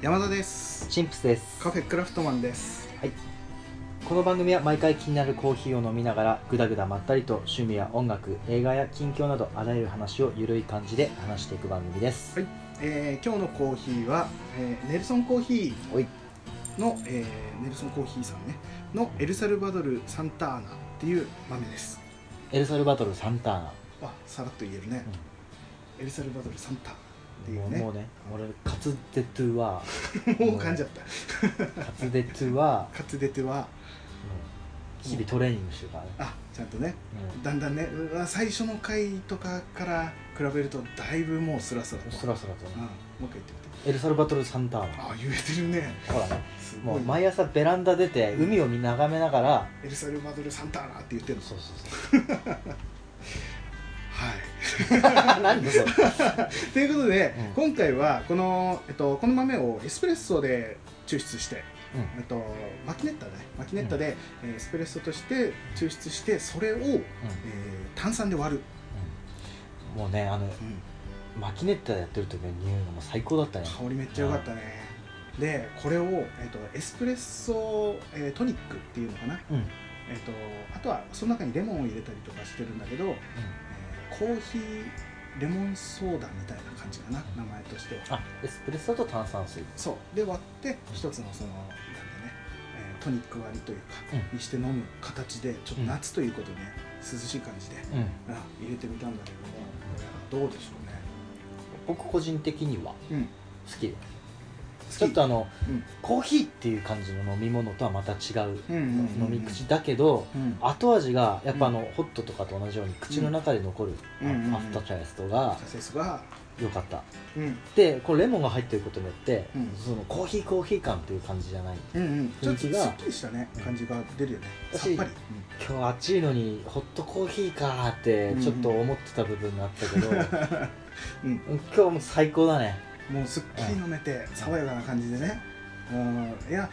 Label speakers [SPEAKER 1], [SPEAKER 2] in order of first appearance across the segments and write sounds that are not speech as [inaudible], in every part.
[SPEAKER 1] 山田です
[SPEAKER 2] シンプスです
[SPEAKER 1] カフェクラフトマンです
[SPEAKER 2] この番組は毎回気になるコーヒーを飲みながらぐだぐだまったりと趣味や音楽映画や近況などあらゆる話をゆるい感じで話していく番組です、
[SPEAKER 1] はいえー今日のコーヒーは、えーネルソンコーヒ
[SPEAKER 2] お
[SPEAKER 1] ー
[SPEAKER 2] い
[SPEAKER 1] の、えーネルソンコーヒーさんねのエルサルバドルサンターナっていう豆です
[SPEAKER 2] エルサルバトルサンターナ
[SPEAKER 1] あさらっと言えるね、エルサルバドルサンタ [laughs] っていうね
[SPEAKER 2] もうね俺カツデトゥは
[SPEAKER 1] もう噛んじゃった
[SPEAKER 2] カツデトゥは
[SPEAKER 1] カツデテは
[SPEAKER 2] うん日々トレーニングしてるからね、
[SPEAKER 1] あちゃんとね
[SPEAKER 2] う
[SPEAKER 1] だんだんねうわ最初の回とかから比べるとだいぶもうスラスラと
[SPEAKER 2] ん、そらそらと
[SPEAKER 1] うん、もう一回言
[SPEAKER 2] ね
[SPEAKER 1] ってみて
[SPEAKER 2] エルサルバトルサンターナ
[SPEAKER 1] あ言えてるね
[SPEAKER 2] ほらね
[SPEAKER 1] す
[SPEAKER 2] も
[SPEAKER 1] ご
[SPEAKER 2] う
[SPEAKER 1] い
[SPEAKER 2] 毎朝ベランダ出て海を眺めながら
[SPEAKER 1] エルサルバドルサンターナって言ってるの
[SPEAKER 2] そうそうそう
[SPEAKER 1] はい
[SPEAKER 2] [laughs] 何だそれ
[SPEAKER 1] ということで、
[SPEAKER 2] うん
[SPEAKER 1] 今回はこの,、えっと、この豆をエスプレッソで抽出して、
[SPEAKER 2] うん
[SPEAKER 1] えっと、マキネッタねマキネッタで、えーエスプレッソとして抽出してそれを、えー炭酸で割る、
[SPEAKER 2] うんもうねあの
[SPEAKER 1] うん
[SPEAKER 2] マキネッタでやってる時の匂いがもう最高だったね
[SPEAKER 1] 香りめっちゃ良かったね、でこれを、えっと、エスプレッソ、えートニックっていうのかな、
[SPEAKER 2] うん、うん、
[SPEAKER 1] えっと、あとはその中にレモンを入れたりとかしてるんだけど、えーコーヒーレモンソーダみたいな感じかな名前としては
[SPEAKER 2] あエスプレッソと炭酸水
[SPEAKER 1] そうで割って一つのそのなんだね、えートニック割りというか、
[SPEAKER 2] う
[SPEAKER 1] にして飲む形でちょっと
[SPEAKER 2] うん
[SPEAKER 1] 夏ということで、涼しい感じで、
[SPEAKER 2] うん
[SPEAKER 1] あ入れてみたんだけどもこれはどうでしょうね
[SPEAKER 2] 僕個人的には
[SPEAKER 1] うん
[SPEAKER 2] 好きでちょっとあの、
[SPEAKER 1] うん
[SPEAKER 2] コーヒーっていう感じの飲み物とはまた違
[SPEAKER 1] う
[SPEAKER 2] う
[SPEAKER 1] んうんうんうん
[SPEAKER 2] 飲み口だけど、
[SPEAKER 1] うん
[SPEAKER 2] 後味がやっぱあの、ホットとかと同じように口の中で残る、
[SPEAKER 1] うんうんうん
[SPEAKER 2] アフターチャイストが
[SPEAKER 1] さすが
[SPEAKER 2] 良かった
[SPEAKER 1] うん
[SPEAKER 2] でこのレモンが入ってることによって、
[SPEAKER 1] うん
[SPEAKER 2] そのコーヒーコーヒー感っていう感じじゃない
[SPEAKER 1] うんうんちょっとす
[SPEAKER 2] 雰囲気が
[SPEAKER 1] っきりしたね感じが出るよね
[SPEAKER 2] うん
[SPEAKER 1] さっぱり、
[SPEAKER 2] 今日暑いのにホットコーヒーかーってちょっと思ってた部分があったけど、
[SPEAKER 1] うん
[SPEAKER 2] うん今日はもう最高だね
[SPEAKER 1] [laughs] もうすっきり飲めて爽やかな感じでね、うん、いや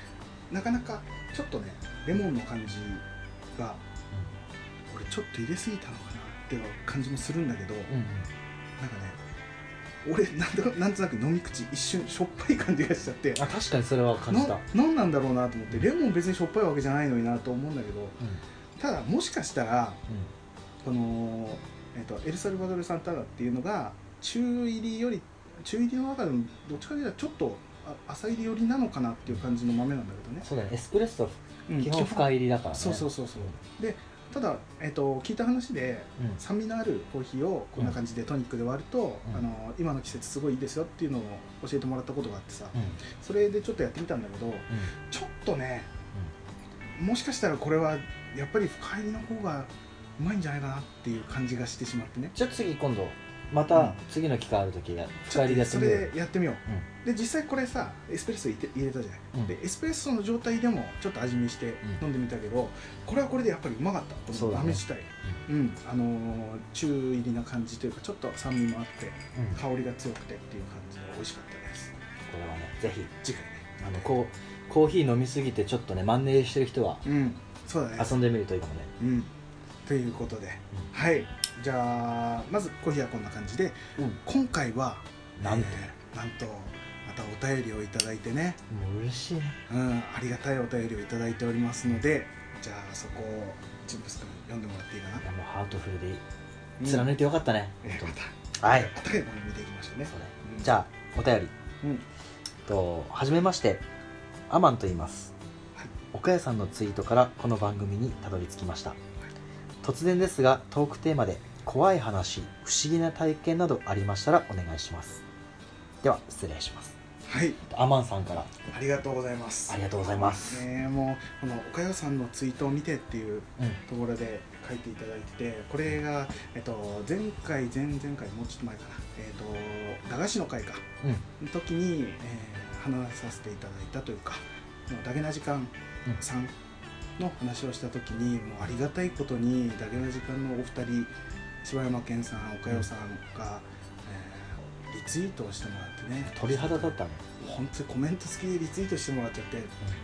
[SPEAKER 1] なかなかちょっとねレモンの感じが俺ちょっと入れすぎたのかなっていう感じもするんだけど、
[SPEAKER 2] うん、うん
[SPEAKER 1] なんかね俺 [laughs] なんとかなんとなく飲み口一瞬しょっぱい感じがしちゃって
[SPEAKER 2] あ確かにそれは感じた、うん
[SPEAKER 1] ななんなんだろうなと思ってレモン別にしょっぱいわけじゃないのになと思うんだけどただもしかしたらこの、えっとエルサルバドル・サンターナっていうのが中入りより中入りの中でもどっちかというとちょっとあ浅入り寄りなのかなっていう感じの豆なんだけどね
[SPEAKER 2] そうだねエスプレッソ
[SPEAKER 1] うん
[SPEAKER 2] 基本深入りだからね、
[SPEAKER 1] そうそうそうそうでただ、えっと聞いた話で
[SPEAKER 2] うん、うん
[SPEAKER 1] 酸味のあるコーヒーをこんな感じでトニックで割ると、
[SPEAKER 2] うん
[SPEAKER 1] あの今の季節すごいいいですよっていうのを教えてもらったことがあってさそれでちょっとやってみたんだけどちょっとねもしかしたらこれはやっぱり深入りの方がうまいんじゃないかなっていう感じがしてしまってね
[SPEAKER 2] じゃあ次今度ま
[SPEAKER 1] うん
[SPEAKER 2] た次の機会ある時や深入りでやってみ
[SPEAKER 1] ちょっ
[SPEAKER 2] よう
[SPEAKER 1] とそれやってみよう、で実際これさエスプレッソ入れて入れたじゃない、
[SPEAKER 2] うん
[SPEAKER 1] でエスプレッソの状態でもちょっと味見して
[SPEAKER 2] うん
[SPEAKER 1] 飲んでみたけど、これはこれでやっぱりうまかったこ
[SPEAKER 2] そう
[SPEAKER 1] の
[SPEAKER 2] だね
[SPEAKER 1] 豆自体う、んあのー中入りな感じというかちょっと酸味もあって
[SPEAKER 2] うんこ
[SPEAKER 1] 香りが強くてっていう感じで美味しかったです
[SPEAKER 2] れはねぜひ
[SPEAKER 1] 次回ね
[SPEAKER 2] あのこうコーヒー飲みすぎてちょっとねマンネリしてる人は
[SPEAKER 1] うんそうだね
[SPEAKER 2] 遊んでみるといいかもね
[SPEAKER 1] うんということで、はいじゃあまずコーヒーはこんな感じで
[SPEAKER 2] うん
[SPEAKER 1] 今回は
[SPEAKER 2] なんと、
[SPEAKER 1] えーなんとまたお便りをいただいてね
[SPEAKER 2] もう嬉しいね
[SPEAKER 1] うん、ありがたいお便りをいただいておりますのでじゃあそこをチンプス君読んでもらっていいか
[SPEAKER 2] いやもうハートフルでいい
[SPEAKER 1] な
[SPEAKER 2] 貫
[SPEAKER 1] い
[SPEAKER 2] いてよかったね、
[SPEAKER 1] えーまた
[SPEAKER 2] は
[SPEAKER 1] はいあったかい番組でいきましたね
[SPEAKER 2] そうね
[SPEAKER 1] うん
[SPEAKER 2] じゃあお便り
[SPEAKER 1] うん
[SPEAKER 2] とはじめましてアマンと言います、
[SPEAKER 1] はい
[SPEAKER 2] 岡谷さんのツイートからこの番組にたどり着きました、突然ですがトークテーマで怖い話不思議な体験などありましたらお願いしますでは失礼します
[SPEAKER 1] はい
[SPEAKER 2] アマンさんから
[SPEAKER 1] ありがとうございます
[SPEAKER 2] ありがとうございます、
[SPEAKER 1] ねえもうこの岡代さんのツイートを見てっていう
[SPEAKER 2] うん
[SPEAKER 1] ところで書いていただいててこれが、えっと、前回前々回もうちょっと前かなえっと駄菓子の会か
[SPEAKER 2] うん
[SPEAKER 1] の時に、えー話させていただいたというかもうダゲな時間さんの話をした時に、もうありがたいことにダゲな時間のお二人柴山健さん岡代さんが、えーリツイートをしてもらってね
[SPEAKER 2] 鳥肌立ったね
[SPEAKER 1] 本当にコメント付きでリツイートしてもらっちゃって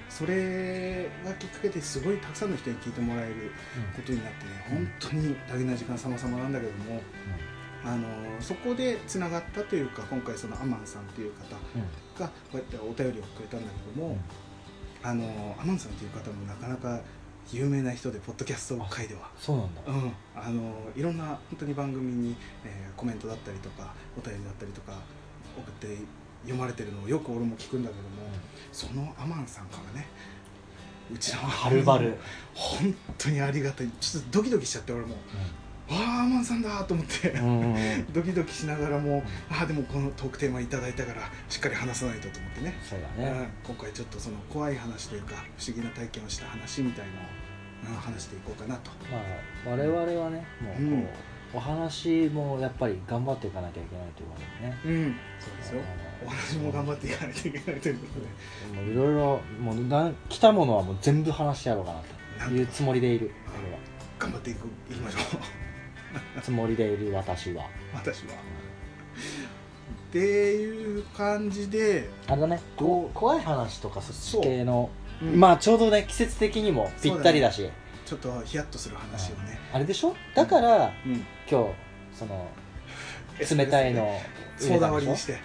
[SPEAKER 1] それがきっかけですごいたくさんの人に聞いてもらえることになってね本当にダゲな時間様々なんだけどもあのそこでつながったというか今回そのアマンさんという方がこうやってお便りをくれたんだけども、あのアマンさんという方もなかなか有名な人でポッドキャスト界では。
[SPEAKER 2] そうなんだ
[SPEAKER 1] うん、あのいろんな本当に番組に、えーコメントだったりとかお便りだったりとか送って読まれてるのをよく俺も聞くんだけども、そのアマンさんからねうちの
[SPEAKER 2] はるばる、
[SPEAKER 1] 本当にありがたいちょっとドキドキしちゃって俺もわあアマンさんだと思って、 [laughs]
[SPEAKER 2] うんうん
[SPEAKER 1] ドキドキしながらもああでもこのトークテーマいただいたからしっかり話さないとと思ってね、
[SPEAKER 2] そうだ
[SPEAKER 1] う
[SPEAKER 2] ね
[SPEAKER 1] ん今回ちょっとその怖い話というか不思議な体験をした話みたいのを、うん話していこうかなと
[SPEAKER 2] まあ我々はねもうこう、
[SPEAKER 1] うん
[SPEAKER 2] お話もやっぱり頑張っていかなきゃいけないということでね
[SPEAKER 1] うんそうですよ
[SPEAKER 2] あの
[SPEAKER 1] お話も頑張っていかないといけないということで
[SPEAKER 2] もういろいろもうな来たものはもう全部話してやろうかなというつもりでいる俺は
[SPEAKER 1] 頑張っていくいきましょう [laughs]
[SPEAKER 2] つもりでいる私は
[SPEAKER 1] 私は。っていう感じで、
[SPEAKER 2] あれだね
[SPEAKER 1] こ
[SPEAKER 2] こ怖い話とかそっち系の、
[SPEAKER 1] うん
[SPEAKER 2] まあちょうどね季節的にもぴったりだし
[SPEAKER 1] ちょっとヒヤッとする話をね、
[SPEAKER 2] あれでしょだから
[SPEAKER 1] うん、
[SPEAKER 2] 今日その冷たいのを
[SPEAKER 1] ソーダ割りに
[SPEAKER 2] 入れたんでしょ
[SPEAKER 1] して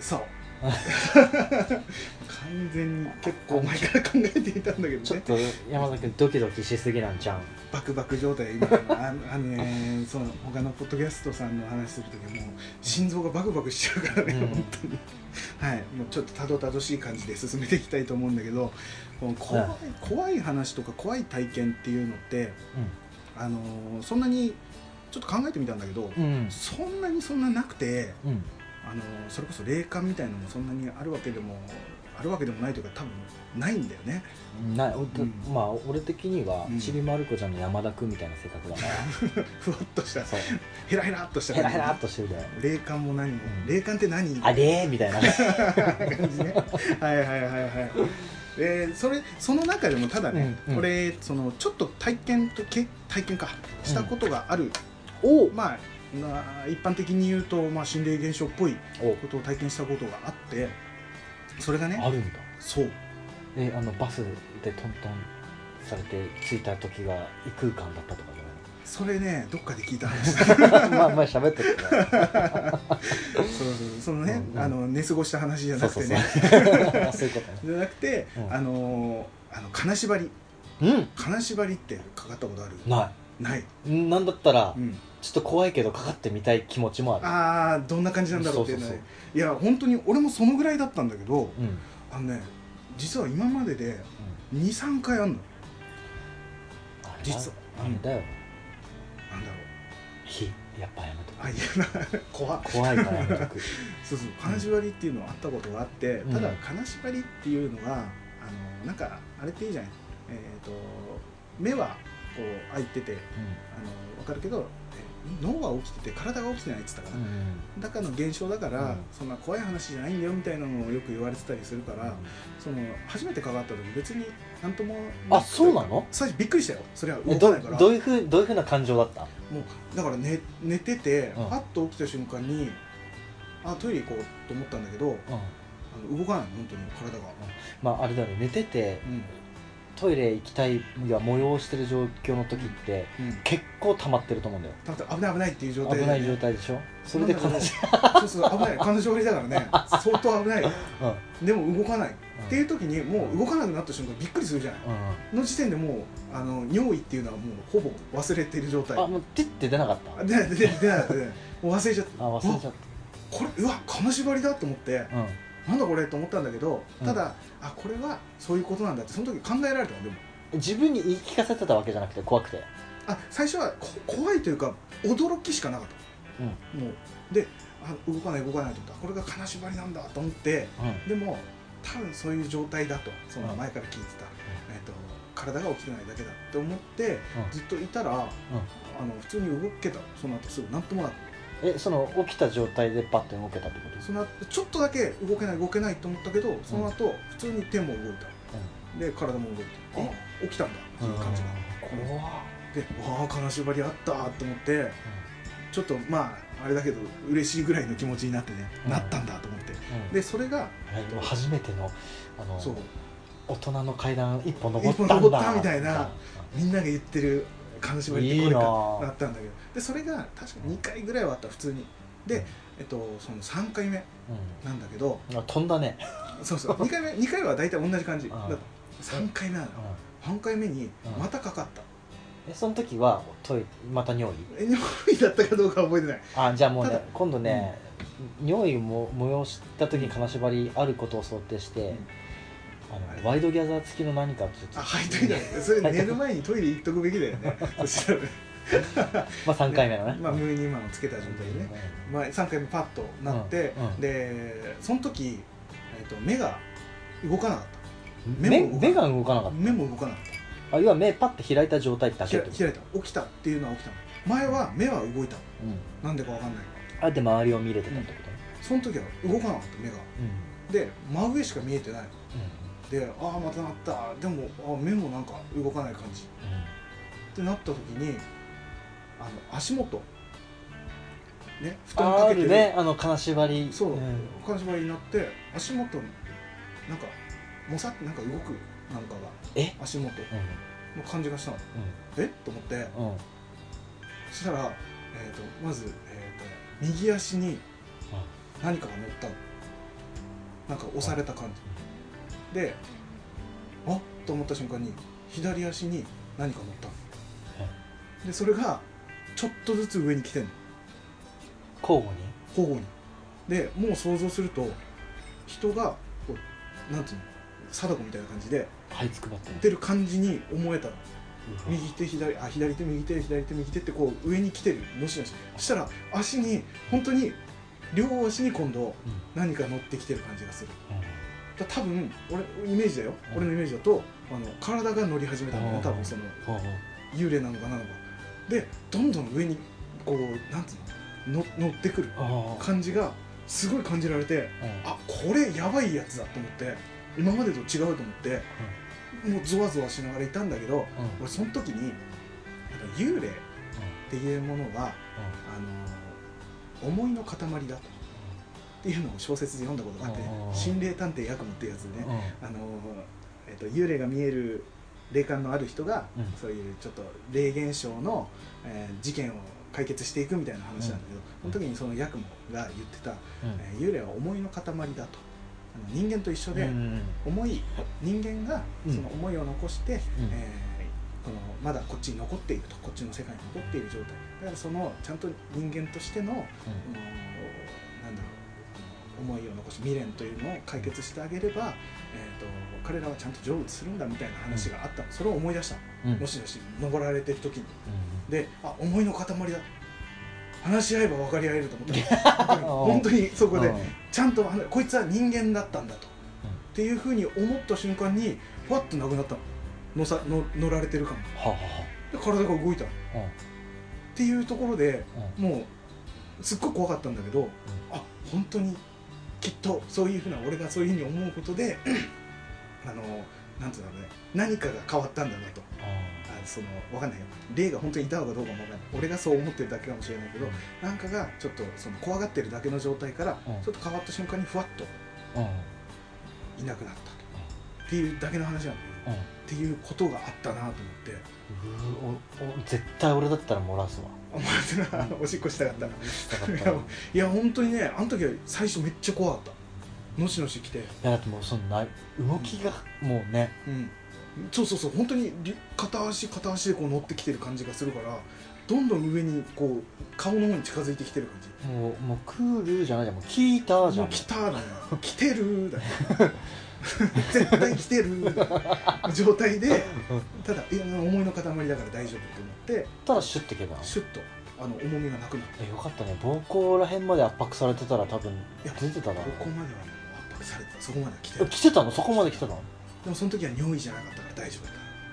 [SPEAKER 1] そう [laughs] 完全に結構前から考えていたんだけど
[SPEAKER 2] ちょっ
[SPEAKER 1] ね
[SPEAKER 2] と山崎君ドキドキしすぎなんじゃん
[SPEAKER 1] バクバク状態今あのあのねその他のポッドキャストさんの話する時はもう心臓がバクバクしちゃうからね、
[SPEAKER 2] う
[SPEAKER 1] [laughs]
[SPEAKER 2] ん
[SPEAKER 1] 本当にはいもうちょっとたどたどしい感じで進めていきたいと思うんだけどこの怖い
[SPEAKER 2] は
[SPEAKER 1] 怖い話とか怖い体験っていうのってあのーそんなにちょっと考えてみたんだけど、
[SPEAKER 2] うんうん
[SPEAKER 1] そんなにそんななくて
[SPEAKER 2] うん
[SPEAKER 1] あのそれこそ霊感みたいのもそんなにあるわけでもあるわけでもないというか多分ないんだよね [laughs]
[SPEAKER 2] な
[SPEAKER 1] う
[SPEAKER 2] お
[SPEAKER 1] ん
[SPEAKER 2] まあ俺的には
[SPEAKER 1] うん
[SPEAKER 2] ちびまる子ちゃんの山田君みたいな性
[SPEAKER 1] [laughs]
[SPEAKER 2] 格だか
[SPEAKER 1] ふわっとした
[SPEAKER 2] らそう
[SPEAKER 1] ヘラヘラっとした
[SPEAKER 2] ヘラ
[SPEAKER 1] 感じ
[SPEAKER 2] ヘラっとしてるで
[SPEAKER 1] 霊感も何も
[SPEAKER 2] うん
[SPEAKER 1] 霊感って何
[SPEAKER 2] あれーみたいな
[SPEAKER 1] 感じ
[SPEAKER 2] [laughs]
[SPEAKER 1] ねはいはいはいはいえーそれその中でもただね、
[SPEAKER 2] うんうん
[SPEAKER 1] 俺そのちょっと体験とけ体験かしたことがある、
[SPEAKER 2] おう
[SPEAKER 1] まあな一般的に言うと、まあ、心霊現象っぽい
[SPEAKER 2] お
[SPEAKER 1] ことを体験したことがあってそれがね
[SPEAKER 2] あるんだ
[SPEAKER 1] そう
[SPEAKER 2] えあのバスでトントンされて着いた時が異空間だったとかじゃ
[SPEAKER 1] それねどっかで聞いた話
[SPEAKER 2] ないの [laughs] まあまあ喋ったけど
[SPEAKER 1] そうそうそうそのね、
[SPEAKER 2] うんうん
[SPEAKER 1] あの寝過ごした話じゃ
[SPEAKER 2] そ
[SPEAKER 1] な
[SPEAKER 2] う
[SPEAKER 1] くて
[SPEAKER 2] そ
[SPEAKER 1] ね
[SPEAKER 2] うそう [laughs] そういうことね
[SPEAKER 1] じゃなくて、
[SPEAKER 2] うん
[SPEAKER 1] あのーあの金縛り
[SPEAKER 2] う
[SPEAKER 1] 金縛りってかかったことある
[SPEAKER 2] んな
[SPEAKER 1] ない、
[SPEAKER 2] いんなんだったら
[SPEAKER 1] うん、
[SPEAKER 2] ちょっと怖いけどかかってみたい気持ちもある
[SPEAKER 1] あーどんな感じなんだろうっていうのはね
[SPEAKER 2] そう
[SPEAKER 1] いや本当に俺もそのぐらいだったんだけど
[SPEAKER 2] うんうん
[SPEAKER 1] あのね実は今までで23回あんの
[SPEAKER 2] あれだ
[SPEAKER 1] 実は
[SPEAKER 2] あれだよ
[SPEAKER 1] なんだろう
[SPEAKER 2] 火やっぱやめとく
[SPEAKER 1] あいやな [laughs] 怖っ
[SPEAKER 2] 怖いからやめとく
[SPEAKER 1] そうそう金縛りっていうのはあったことがあって、
[SPEAKER 2] うん
[SPEAKER 1] ただ金縛りっていうのはあのなんかあれっていいじゃないえっ、と目はこう開いててあの分かるけどえ脳は起きてて体が起きてないって言ったか
[SPEAKER 2] う
[SPEAKER 1] ら、
[SPEAKER 2] ん
[SPEAKER 1] だからの現象だから、
[SPEAKER 2] うん
[SPEAKER 1] そんな怖い話じゃないんだよみたいなのをよく言われてたりするから、その初めてかかった時別になんとも
[SPEAKER 2] あそうなの
[SPEAKER 1] 最初びっくりしたよそれは
[SPEAKER 2] え
[SPEAKER 1] 動か
[SPEAKER 2] ど
[SPEAKER 1] ないから
[SPEAKER 2] どういうふうどういうふうな感情だった
[SPEAKER 1] もうだから寝寝てて、
[SPEAKER 2] うん
[SPEAKER 1] パッと起きた瞬間にあトイレ行こうと思ったんだけどあの動かないの本当に体が、
[SPEAKER 2] まああれだよね寝てて
[SPEAKER 1] うん
[SPEAKER 2] トイレ行きたいが催してる状況の時って
[SPEAKER 1] うん、
[SPEAKER 2] 結構溜まってると思うんだよ
[SPEAKER 1] だって危ない危ないっていう状態
[SPEAKER 2] 危
[SPEAKER 1] で、
[SPEAKER 2] ない状態でしょそれで
[SPEAKER 1] なんだ
[SPEAKER 2] 悲
[SPEAKER 1] ろう
[SPEAKER 2] しい
[SPEAKER 1] そうそう危ない彼女りだから
[SPEAKER 2] [laughs]
[SPEAKER 1] ね相当危ない
[SPEAKER 2] うんうん
[SPEAKER 1] でも動かないっていう時にもう動かなくなった瞬間びっくりするじゃない
[SPEAKER 2] うん
[SPEAKER 1] の時点でもうあの尿意っていうのはもうほぼ忘れてる状態
[SPEAKER 2] あもうティッて出なかった
[SPEAKER 1] でででででもう忘れちゃった
[SPEAKER 2] あ忘れちゃっ
[SPEAKER 1] これうわ金縛りだと思って
[SPEAKER 2] たうん
[SPEAKER 1] なんだこれと思ったんだけど
[SPEAKER 2] うん
[SPEAKER 1] ただ、あこれはそういうことなんだってその時考えられたのでも
[SPEAKER 2] 自分に言い聞かせてたわけじゃなくて怖くて
[SPEAKER 1] あ最初はこ怖いというか驚きしかなかった、もうであ動かない動かないと思ったこれが金縛りなんだと思って
[SPEAKER 2] うん
[SPEAKER 1] でも多分そういう状態だとその
[SPEAKER 2] うん
[SPEAKER 1] 前から聞いてた、えっと体が起きてないだけだって思って、
[SPEAKER 2] うん
[SPEAKER 1] ずっといたら、あの普通に動けたその後すぐなんともなく
[SPEAKER 2] えその起きた状態でパッて動けたってこと
[SPEAKER 1] その後ちょっとだけ動けない動けないと思ったけどその後、普通に手も動いたで体も動いた
[SPEAKER 2] え
[SPEAKER 1] あ起きたんだっていう感じが
[SPEAKER 2] うん怖っ
[SPEAKER 1] でわあ金縛りあったと思ってちょっとまああれだけど嬉しいぐらいの気持ちになってね、
[SPEAKER 2] うん
[SPEAKER 1] なったんだと思って
[SPEAKER 2] うん
[SPEAKER 1] でそれが
[SPEAKER 2] あれもう初めてのあの
[SPEAKER 1] そう
[SPEAKER 2] 大人の階段一歩登
[SPEAKER 1] 一
[SPEAKER 2] っ
[SPEAKER 1] 歩
[SPEAKER 2] たん
[SPEAKER 1] 登った
[SPEAKER 2] だ
[SPEAKER 1] みたいなみんなが言ってる金縛りって
[SPEAKER 2] いい
[SPEAKER 1] これ
[SPEAKER 2] な
[SPEAKER 1] かな
[SPEAKER 2] ぁ
[SPEAKER 1] ったんだけどでそれが確か2回ぐらいはあった普通にで、えっと、その3回目なんだけど
[SPEAKER 2] うんあ飛んだね、
[SPEAKER 1] そうそう2回目2回は
[SPEAKER 2] [laughs]
[SPEAKER 1] 大体同じ感じ
[SPEAKER 2] うん
[SPEAKER 1] だった3回目なの3回目にまたかかった
[SPEAKER 2] えその時はトイレまた尿意
[SPEAKER 1] え尿意だったかどうかは覚えてない
[SPEAKER 2] あじゃあもう
[SPEAKER 1] た
[SPEAKER 2] ね
[SPEAKER 1] だ
[SPEAKER 2] 今度ね、尿意も催した時に金縛りあることを想定して、あのワイドギャザー付きの何かちょっと
[SPEAKER 1] あはいといだそれ寝る前にトイレ行っとくべきだよ
[SPEAKER 2] [laughs]
[SPEAKER 1] ねそしたらね
[SPEAKER 2] まあ3回目のね
[SPEAKER 1] まあムーニーマンをつけた状態でね、まあ、3回目パッとなって、
[SPEAKER 2] うんうん
[SPEAKER 1] でその時、えっと目が動かなかっ
[SPEAKER 2] うん
[SPEAKER 1] 目
[SPEAKER 2] 目
[SPEAKER 1] も動か
[SPEAKER 2] 目が動かなか
[SPEAKER 1] た
[SPEAKER 2] っ
[SPEAKER 1] 目も動かなかった
[SPEAKER 2] たあ要は目パッて開いた状態だ
[SPEAKER 1] ひ
[SPEAKER 2] けっ
[SPEAKER 1] ら
[SPEAKER 2] てこと
[SPEAKER 1] 開いた起きたっていうのは起きたの前は目は動いたの
[SPEAKER 2] うん
[SPEAKER 1] なんでかわかんない
[SPEAKER 2] あえて周りを見れてたってことね
[SPEAKER 1] その時は動かなかった目が
[SPEAKER 2] うん
[SPEAKER 1] で真上しか見えてないでああまたなったでもあ目もなんか動かない感じってなった時にあの足元ね布団
[SPEAKER 2] あ
[SPEAKER 1] か
[SPEAKER 2] あ
[SPEAKER 1] けて
[SPEAKER 2] る
[SPEAKER 1] る
[SPEAKER 2] ねあの金縛り
[SPEAKER 1] そう、
[SPEAKER 2] ん
[SPEAKER 1] 金縛りになって足元になんかもさってなんか動くなんかが
[SPEAKER 2] え
[SPEAKER 1] 足元の感じがしたのえと思って
[SPEAKER 2] うんうんうん
[SPEAKER 1] そしたら、えー、とまず、えー、と右足に何かが乗ったのなんか押された感じであっと思った瞬間に左足に何か乗ったのでそれがちょっとずつ上に来てんの
[SPEAKER 2] 交互に
[SPEAKER 1] 交互にでもう想像すると人がこうなんていうの貞子みたいな感じで
[SPEAKER 2] 這いつくばってる
[SPEAKER 1] 出る感じに思えたの
[SPEAKER 2] うわ
[SPEAKER 1] 右手左あ左手右手左手右手ってこう上に来てるのしのしそしたら足に本当に両足に今度
[SPEAKER 2] うん
[SPEAKER 1] 何か乗ってきてる感じがする
[SPEAKER 2] う
[SPEAKER 1] だ
[SPEAKER 2] ん
[SPEAKER 1] 多分俺イメージだよ、
[SPEAKER 2] うん
[SPEAKER 1] 俺のイメージだとあの体が乗り始めたんだよね
[SPEAKER 2] うん
[SPEAKER 1] 多分その
[SPEAKER 2] ほうほう
[SPEAKER 1] 幽霊なのかなのかでどんどん上にこうなんつうのの乗ってくる
[SPEAKER 2] ああ
[SPEAKER 1] 感じがすごい感じられて
[SPEAKER 2] うん
[SPEAKER 1] あこれやばいやつだと思って今までと違うと思って、もうゾワゾワしながらいたんだけど
[SPEAKER 2] うん
[SPEAKER 1] 俺その時になんか幽霊っていうものが、あの思いの塊だとっていうのを小説で読んだことがあって、
[SPEAKER 2] うんうんうん
[SPEAKER 1] 心霊探偵ヤクモっていうやつでね、
[SPEAKER 2] うんう
[SPEAKER 1] あ
[SPEAKER 2] ん
[SPEAKER 1] のえっと幽霊が見える霊感のある人が、
[SPEAKER 2] うん
[SPEAKER 1] そういうちょっと霊現象の、えー事件を解決していくみたいな話なんだけど、
[SPEAKER 2] うん
[SPEAKER 1] その時にそのヤクモが言ってた、
[SPEAKER 2] うん
[SPEAKER 1] えー幽霊は思いの塊だとあの人間と一緒で、
[SPEAKER 2] うんうん
[SPEAKER 1] 思い人間が
[SPEAKER 2] うん
[SPEAKER 1] その思いを残して、
[SPEAKER 2] うん
[SPEAKER 1] えーこのまだこっちに残っているとこっちの世界に残っている状態だからそのちゃんと人間としてのあのなんだろうあの思いを残し未練というのを解決してあげれば、えー、と彼らはちゃんと成仏するんだみたいな話があったの、それを思い出したの、
[SPEAKER 2] うんうん
[SPEAKER 1] よしよし登られてる時にであ思いの塊だ話し合えば分かり合えると思ったの本当にそこで
[SPEAKER 2] うんうん
[SPEAKER 1] ちゃんとあのこいつは人間だったんだと、
[SPEAKER 2] うん
[SPEAKER 1] っていうふうに思った瞬間にふわっとなくなったののさの乗られてる感が
[SPEAKER 2] はあは
[SPEAKER 1] で体が動いたのっ
[SPEAKER 2] あは
[SPEAKER 1] ていうところで
[SPEAKER 2] あうんうん
[SPEAKER 1] もうすっごい怖かったんだけど、あ本当にきっとそういうふうな俺がそういうふうに思うことで [clears throat] あのなんつうんだろうね何かが変わったんだなと
[SPEAKER 2] あ
[SPEAKER 1] あそのわかんないよ霊が本当にいたのかどうかもわかんない俺がそう思ってるだけかもしれないけどなんかがちょっとその怖がってるだけの状態から
[SPEAKER 2] うん
[SPEAKER 1] ちょっと変わった瞬間にふわっと
[SPEAKER 2] あうん
[SPEAKER 1] いなくなったとっていうだけの話なんだけ
[SPEAKER 2] うん
[SPEAKER 1] どっていうことがあったなと思って
[SPEAKER 2] うーおお絶対俺だったら漏らすわ
[SPEAKER 1] 思わずあのおしっこしたかったな
[SPEAKER 2] したかっ
[SPEAKER 1] い
[SPEAKER 2] た
[SPEAKER 1] や
[SPEAKER 2] ら
[SPEAKER 1] もいや本当にねあの時は最初めっちゃ怖かったのしのし来て
[SPEAKER 2] いやだってもうそのない動きがもうね
[SPEAKER 1] うん、そうそうそう本当にり片足片足でこう乗ってきてる感じがするからどんどん上にこう顔の方に近づいてきてる感じ
[SPEAKER 2] もうもうクールじゃないじゃんもう聞いたじゃ
[SPEAKER 1] もうん来ただよ来てるだよ絶対来てるだよ状態でただいや思いの塊だから大丈夫と思って
[SPEAKER 2] たらシュッてけば
[SPEAKER 1] シュッとあの重みがなくなっ
[SPEAKER 2] えよかったね膀胱らへんまで圧迫されてたら多分
[SPEAKER 1] いや
[SPEAKER 2] 出てた
[SPEAKER 1] た
[SPEAKER 2] だ
[SPEAKER 1] こ
[SPEAKER 2] ろう
[SPEAKER 1] こまでは圧迫されてたそこまでは来て
[SPEAKER 2] え
[SPEAKER 1] る
[SPEAKER 2] 来てたのそこまで来てたの
[SPEAKER 1] でもその時は尿意じゃなかったから大丈夫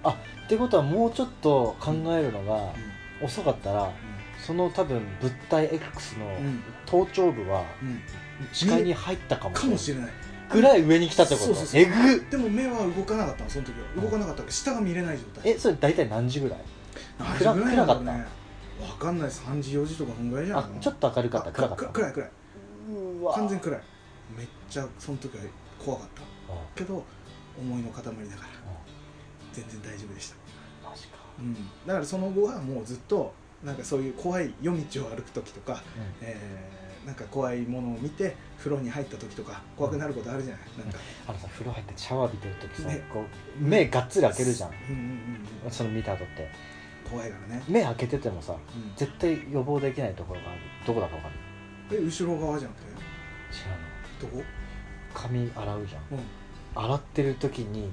[SPEAKER 1] だっ
[SPEAKER 2] ってことはもうちょっと考えるのが
[SPEAKER 1] た、うん
[SPEAKER 2] 遅かったらその多分物体 X の
[SPEAKER 1] うん
[SPEAKER 2] 頭頂部は
[SPEAKER 1] うんうん、
[SPEAKER 2] 視界に入ったかも
[SPEAKER 1] かもし
[SPEAKER 2] れ
[SPEAKER 1] れない
[SPEAKER 2] ないぐらい上に来たってこ
[SPEAKER 1] そう
[SPEAKER 2] と
[SPEAKER 1] そうそう
[SPEAKER 2] えぐっ
[SPEAKER 1] でも目は動かなかったのその時は動かなかったから下が見れない状態
[SPEAKER 2] えそれ大体何時ぐらい
[SPEAKER 1] 何時
[SPEAKER 2] 暗
[SPEAKER 1] ぐらいなんだろう
[SPEAKER 2] 暗
[SPEAKER 1] ねわかんない3時4時とかそんぐらいじゃない
[SPEAKER 2] あ
[SPEAKER 1] かな
[SPEAKER 2] ちょっと明るかった
[SPEAKER 1] あ
[SPEAKER 2] 暗かった
[SPEAKER 1] く暗い暗いう
[SPEAKER 2] わ
[SPEAKER 1] 完全に暗いめっちゃその時は怖かった
[SPEAKER 2] あ
[SPEAKER 1] けど思いの塊だから
[SPEAKER 2] あ
[SPEAKER 1] 全然大丈夫でした
[SPEAKER 2] マジか
[SPEAKER 1] うん、だからその後はもうずっとなんかそういう怖い夜道を歩く時とか、えーなんか怖いものを見て風呂に入った時とか怖くなることあるじゃないなんか、
[SPEAKER 2] あのさ風呂入ってシャワー浴びてる時さ、
[SPEAKER 1] ね
[SPEAKER 2] こう目がっつり開けるじゃん
[SPEAKER 1] うんうんうんうん
[SPEAKER 2] その見た後って
[SPEAKER 1] 怖いからね、
[SPEAKER 2] 目開けててもさ
[SPEAKER 1] うん
[SPEAKER 2] 絶対予防できないところがあるどこだか分かる
[SPEAKER 1] え後ろ側じゃんくて
[SPEAKER 2] 知らない
[SPEAKER 1] どこ、
[SPEAKER 2] 髪洗うじゃん
[SPEAKER 1] うん、
[SPEAKER 2] 洗ってる時に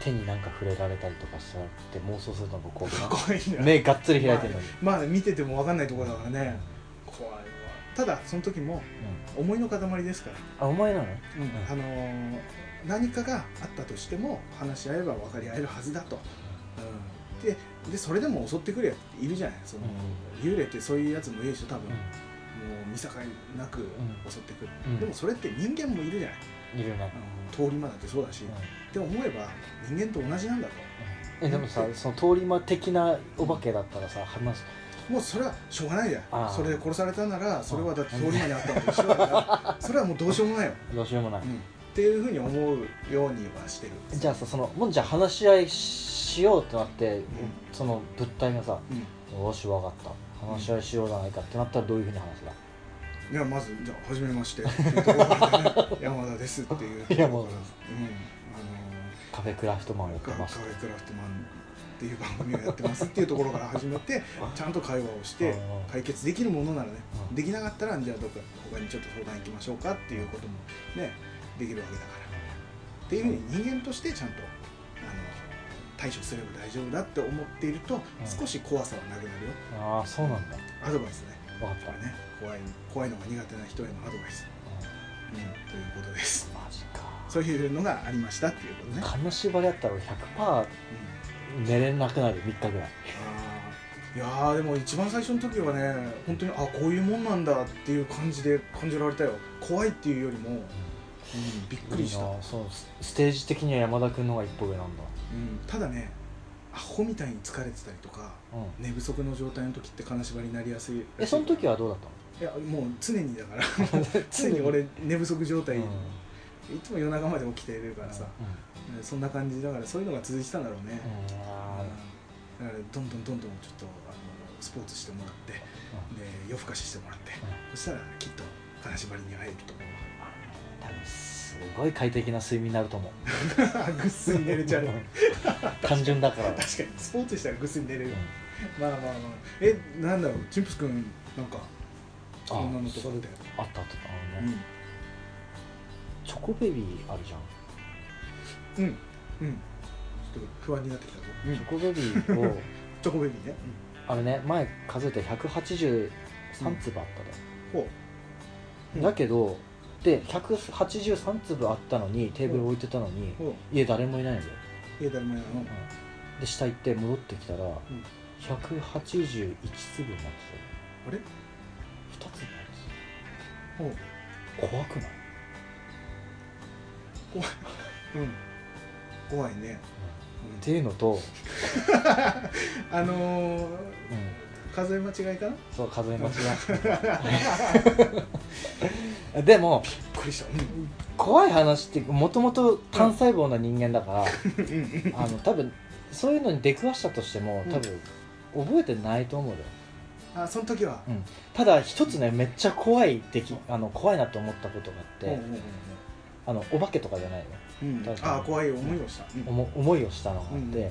[SPEAKER 2] 手になんか触れられたりとかしたって妄想するの僕怖くな
[SPEAKER 1] 怖い
[SPEAKER 2] い
[SPEAKER 1] ね
[SPEAKER 2] 目がっつり開いてるのに、
[SPEAKER 1] まあ見てても分かんないところだからね怖いわただその時も
[SPEAKER 2] うん
[SPEAKER 1] 思いの塊ですから、
[SPEAKER 2] あお前なの
[SPEAKER 1] あのー何かがあったとしても話し合えば分かり合えるはずだと、うん、ででそれでも襲ってくるやつっているじゃないその、幽霊ってそういうやつもいるでしょ多分、
[SPEAKER 2] うん
[SPEAKER 1] もう見境なく襲ってくる、
[SPEAKER 2] うん
[SPEAKER 1] でもそれって人間もいるじゃない、
[SPEAKER 2] いるね
[SPEAKER 1] あ、の通り魔だってそうだし、
[SPEAKER 2] うん
[SPEAKER 1] って思えば人間と同じなんだと
[SPEAKER 2] えでもさその通り魔的なお化けだったらさ話す
[SPEAKER 1] もうそれはしょうがないじゃ
[SPEAKER 2] あ
[SPEAKER 1] ん
[SPEAKER 2] ー
[SPEAKER 1] それで殺されたならそれはだって通り魔にあったのと一緒だからそれはもうどうしようもないよ、
[SPEAKER 2] どうしようもない、
[SPEAKER 1] うんっていうふうに思うようにはしてる
[SPEAKER 2] じゃあさそのもんじゃ話し合いしようってなって、その物体がさ
[SPEAKER 1] うん、
[SPEAKER 2] よしわかった話し合いしようじゃないかってなったらどういうふうに話すだ、
[SPEAKER 1] いやまずじゃあ初めましてっていうところから
[SPEAKER 2] [laughs]
[SPEAKER 1] ね山田ですっていうところから、うん、あ
[SPEAKER 2] 山
[SPEAKER 1] の
[SPEAKER 2] 田カフェクラフトマンをやって
[SPEAKER 1] カカ
[SPEAKER 2] ます
[SPEAKER 1] フェクラフトマンっていう番組をやってますっていうところから始め [laughs] てちゃんと会話をして
[SPEAKER 2] あ
[SPEAKER 1] 解決できるものならね
[SPEAKER 2] うん
[SPEAKER 1] できなかったらじゃあどっか他にちょっと相談行きましょうかっていうこともねできるわけだからっていうふうに人間としてちゃんとあの対処すれば大丈夫だって思っていると少し怖さはなくなるよ
[SPEAKER 2] あーそうなんだ
[SPEAKER 1] アドバイスね
[SPEAKER 2] 分かっ
[SPEAKER 1] こ
[SPEAKER 2] た、
[SPEAKER 1] れね怖い怖いのが苦手な人へのアドバイス、うん、ということです
[SPEAKER 2] うんマジか
[SPEAKER 1] そういうのがありましたっていうことね、
[SPEAKER 2] 金縛りやったら俺100%
[SPEAKER 1] うん
[SPEAKER 2] 寝れなくなる3日ぐらい
[SPEAKER 1] あーいやーでも一番最初の時はね本当にあこういうもんなんだっていう感じで感じられたよ怖いっていうよりも、うん、びっくりした、
[SPEAKER 2] いうい
[SPEAKER 1] ん、
[SPEAKER 2] なそうスステージ的には山田君の方が一歩上なんだ
[SPEAKER 1] ただねアホみたいに疲れてたりとか
[SPEAKER 2] うん
[SPEAKER 1] 寝不足の状態の時って金縛りになりやすいらしい
[SPEAKER 2] えその時はどうだっ
[SPEAKER 1] いやもう常にだから
[SPEAKER 2] [laughs] たの
[SPEAKER 1] [laughs] 常に俺寝不足状
[SPEAKER 2] う
[SPEAKER 1] 態、
[SPEAKER 2] ん
[SPEAKER 1] いつも夜中まで起きてるからさ、
[SPEAKER 2] うん
[SPEAKER 1] うんそんな感じだからそういうのが続いてたんだろうね、
[SPEAKER 2] うんあ
[SPEAKER 1] だからどんどんどんどんちょっとあのスポーツしてもらってで夜更かししてもらって、
[SPEAKER 2] ん
[SPEAKER 1] そしたらきっと金縛りに入ると思う
[SPEAKER 2] ーあの多分すごい快適な睡眠になると思う
[SPEAKER 1] ぐっすり寝れ
[SPEAKER 2] [laughs]
[SPEAKER 1] ちゃう
[SPEAKER 2] 単純だ
[SPEAKER 1] [laughs]
[SPEAKER 2] から
[SPEAKER 1] 確かにスポーツしたらぐっすり寝れる、まあまあまあえなんだろうチンプス君なんか
[SPEAKER 2] あ
[SPEAKER 1] そんなのとかって
[SPEAKER 2] あったあったあ
[SPEAKER 1] う
[SPEAKER 2] のね、チョコベビーあるじゃん、
[SPEAKER 1] んうんうんちょっと不安になってきたぞ、
[SPEAKER 2] チョコベビーを
[SPEAKER 1] チョコベビーね、
[SPEAKER 2] あれね前数えて183粒
[SPEAKER 1] う
[SPEAKER 2] あったで、
[SPEAKER 1] ん、ほうん
[SPEAKER 2] だけどで183粒あったのにテーブル置いてたのに
[SPEAKER 1] うほ
[SPEAKER 2] 家誰もいないんだよ、
[SPEAKER 1] う家だるまやなの
[SPEAKER 2] で下行って戻ってきたら、
[SPEAKER 1] ん
[SPEAKER 2] 181粒になって
[SPEAKER 1] あれ
[SPEAKER 2] たよ2粒になって
[SPEAKER 1] ほう
[SPEAKER 2] たよ怖くない、
[SPEAKER 1] うん怖いね、うん
[SPEAKER 2] っていうのと、
[SPEAKER 1] あのー、数え間違いかな
[SPEAKER 2] そう数え間違え [laughs] でも
[SPEAKER 1] びっくりした、うん
[SPEAKER 2] 怖い話ってもともと単細胞な人間だから、
[SPEAKER 1] うん
[SPEAKER 2] あの多分そういうのに出くわしたとしても多分覚えてないと思うよ
[SPEAKER 1] あその時は、
[SPEAKER 2] ただ一つねめっちゃ怖い出来あの怖いなと思ったことがあって、
[SPEAKER 1] うんうん
[SPEAKER 2] あのお化けとかじゃないよ
[SPEAKER 1] うんうん、
[SPEAKER 2] 確かに
[SPEAKER 1] ああ怖い思いをした、うん
[SPEAKER 2] おも思いをしたのがあって、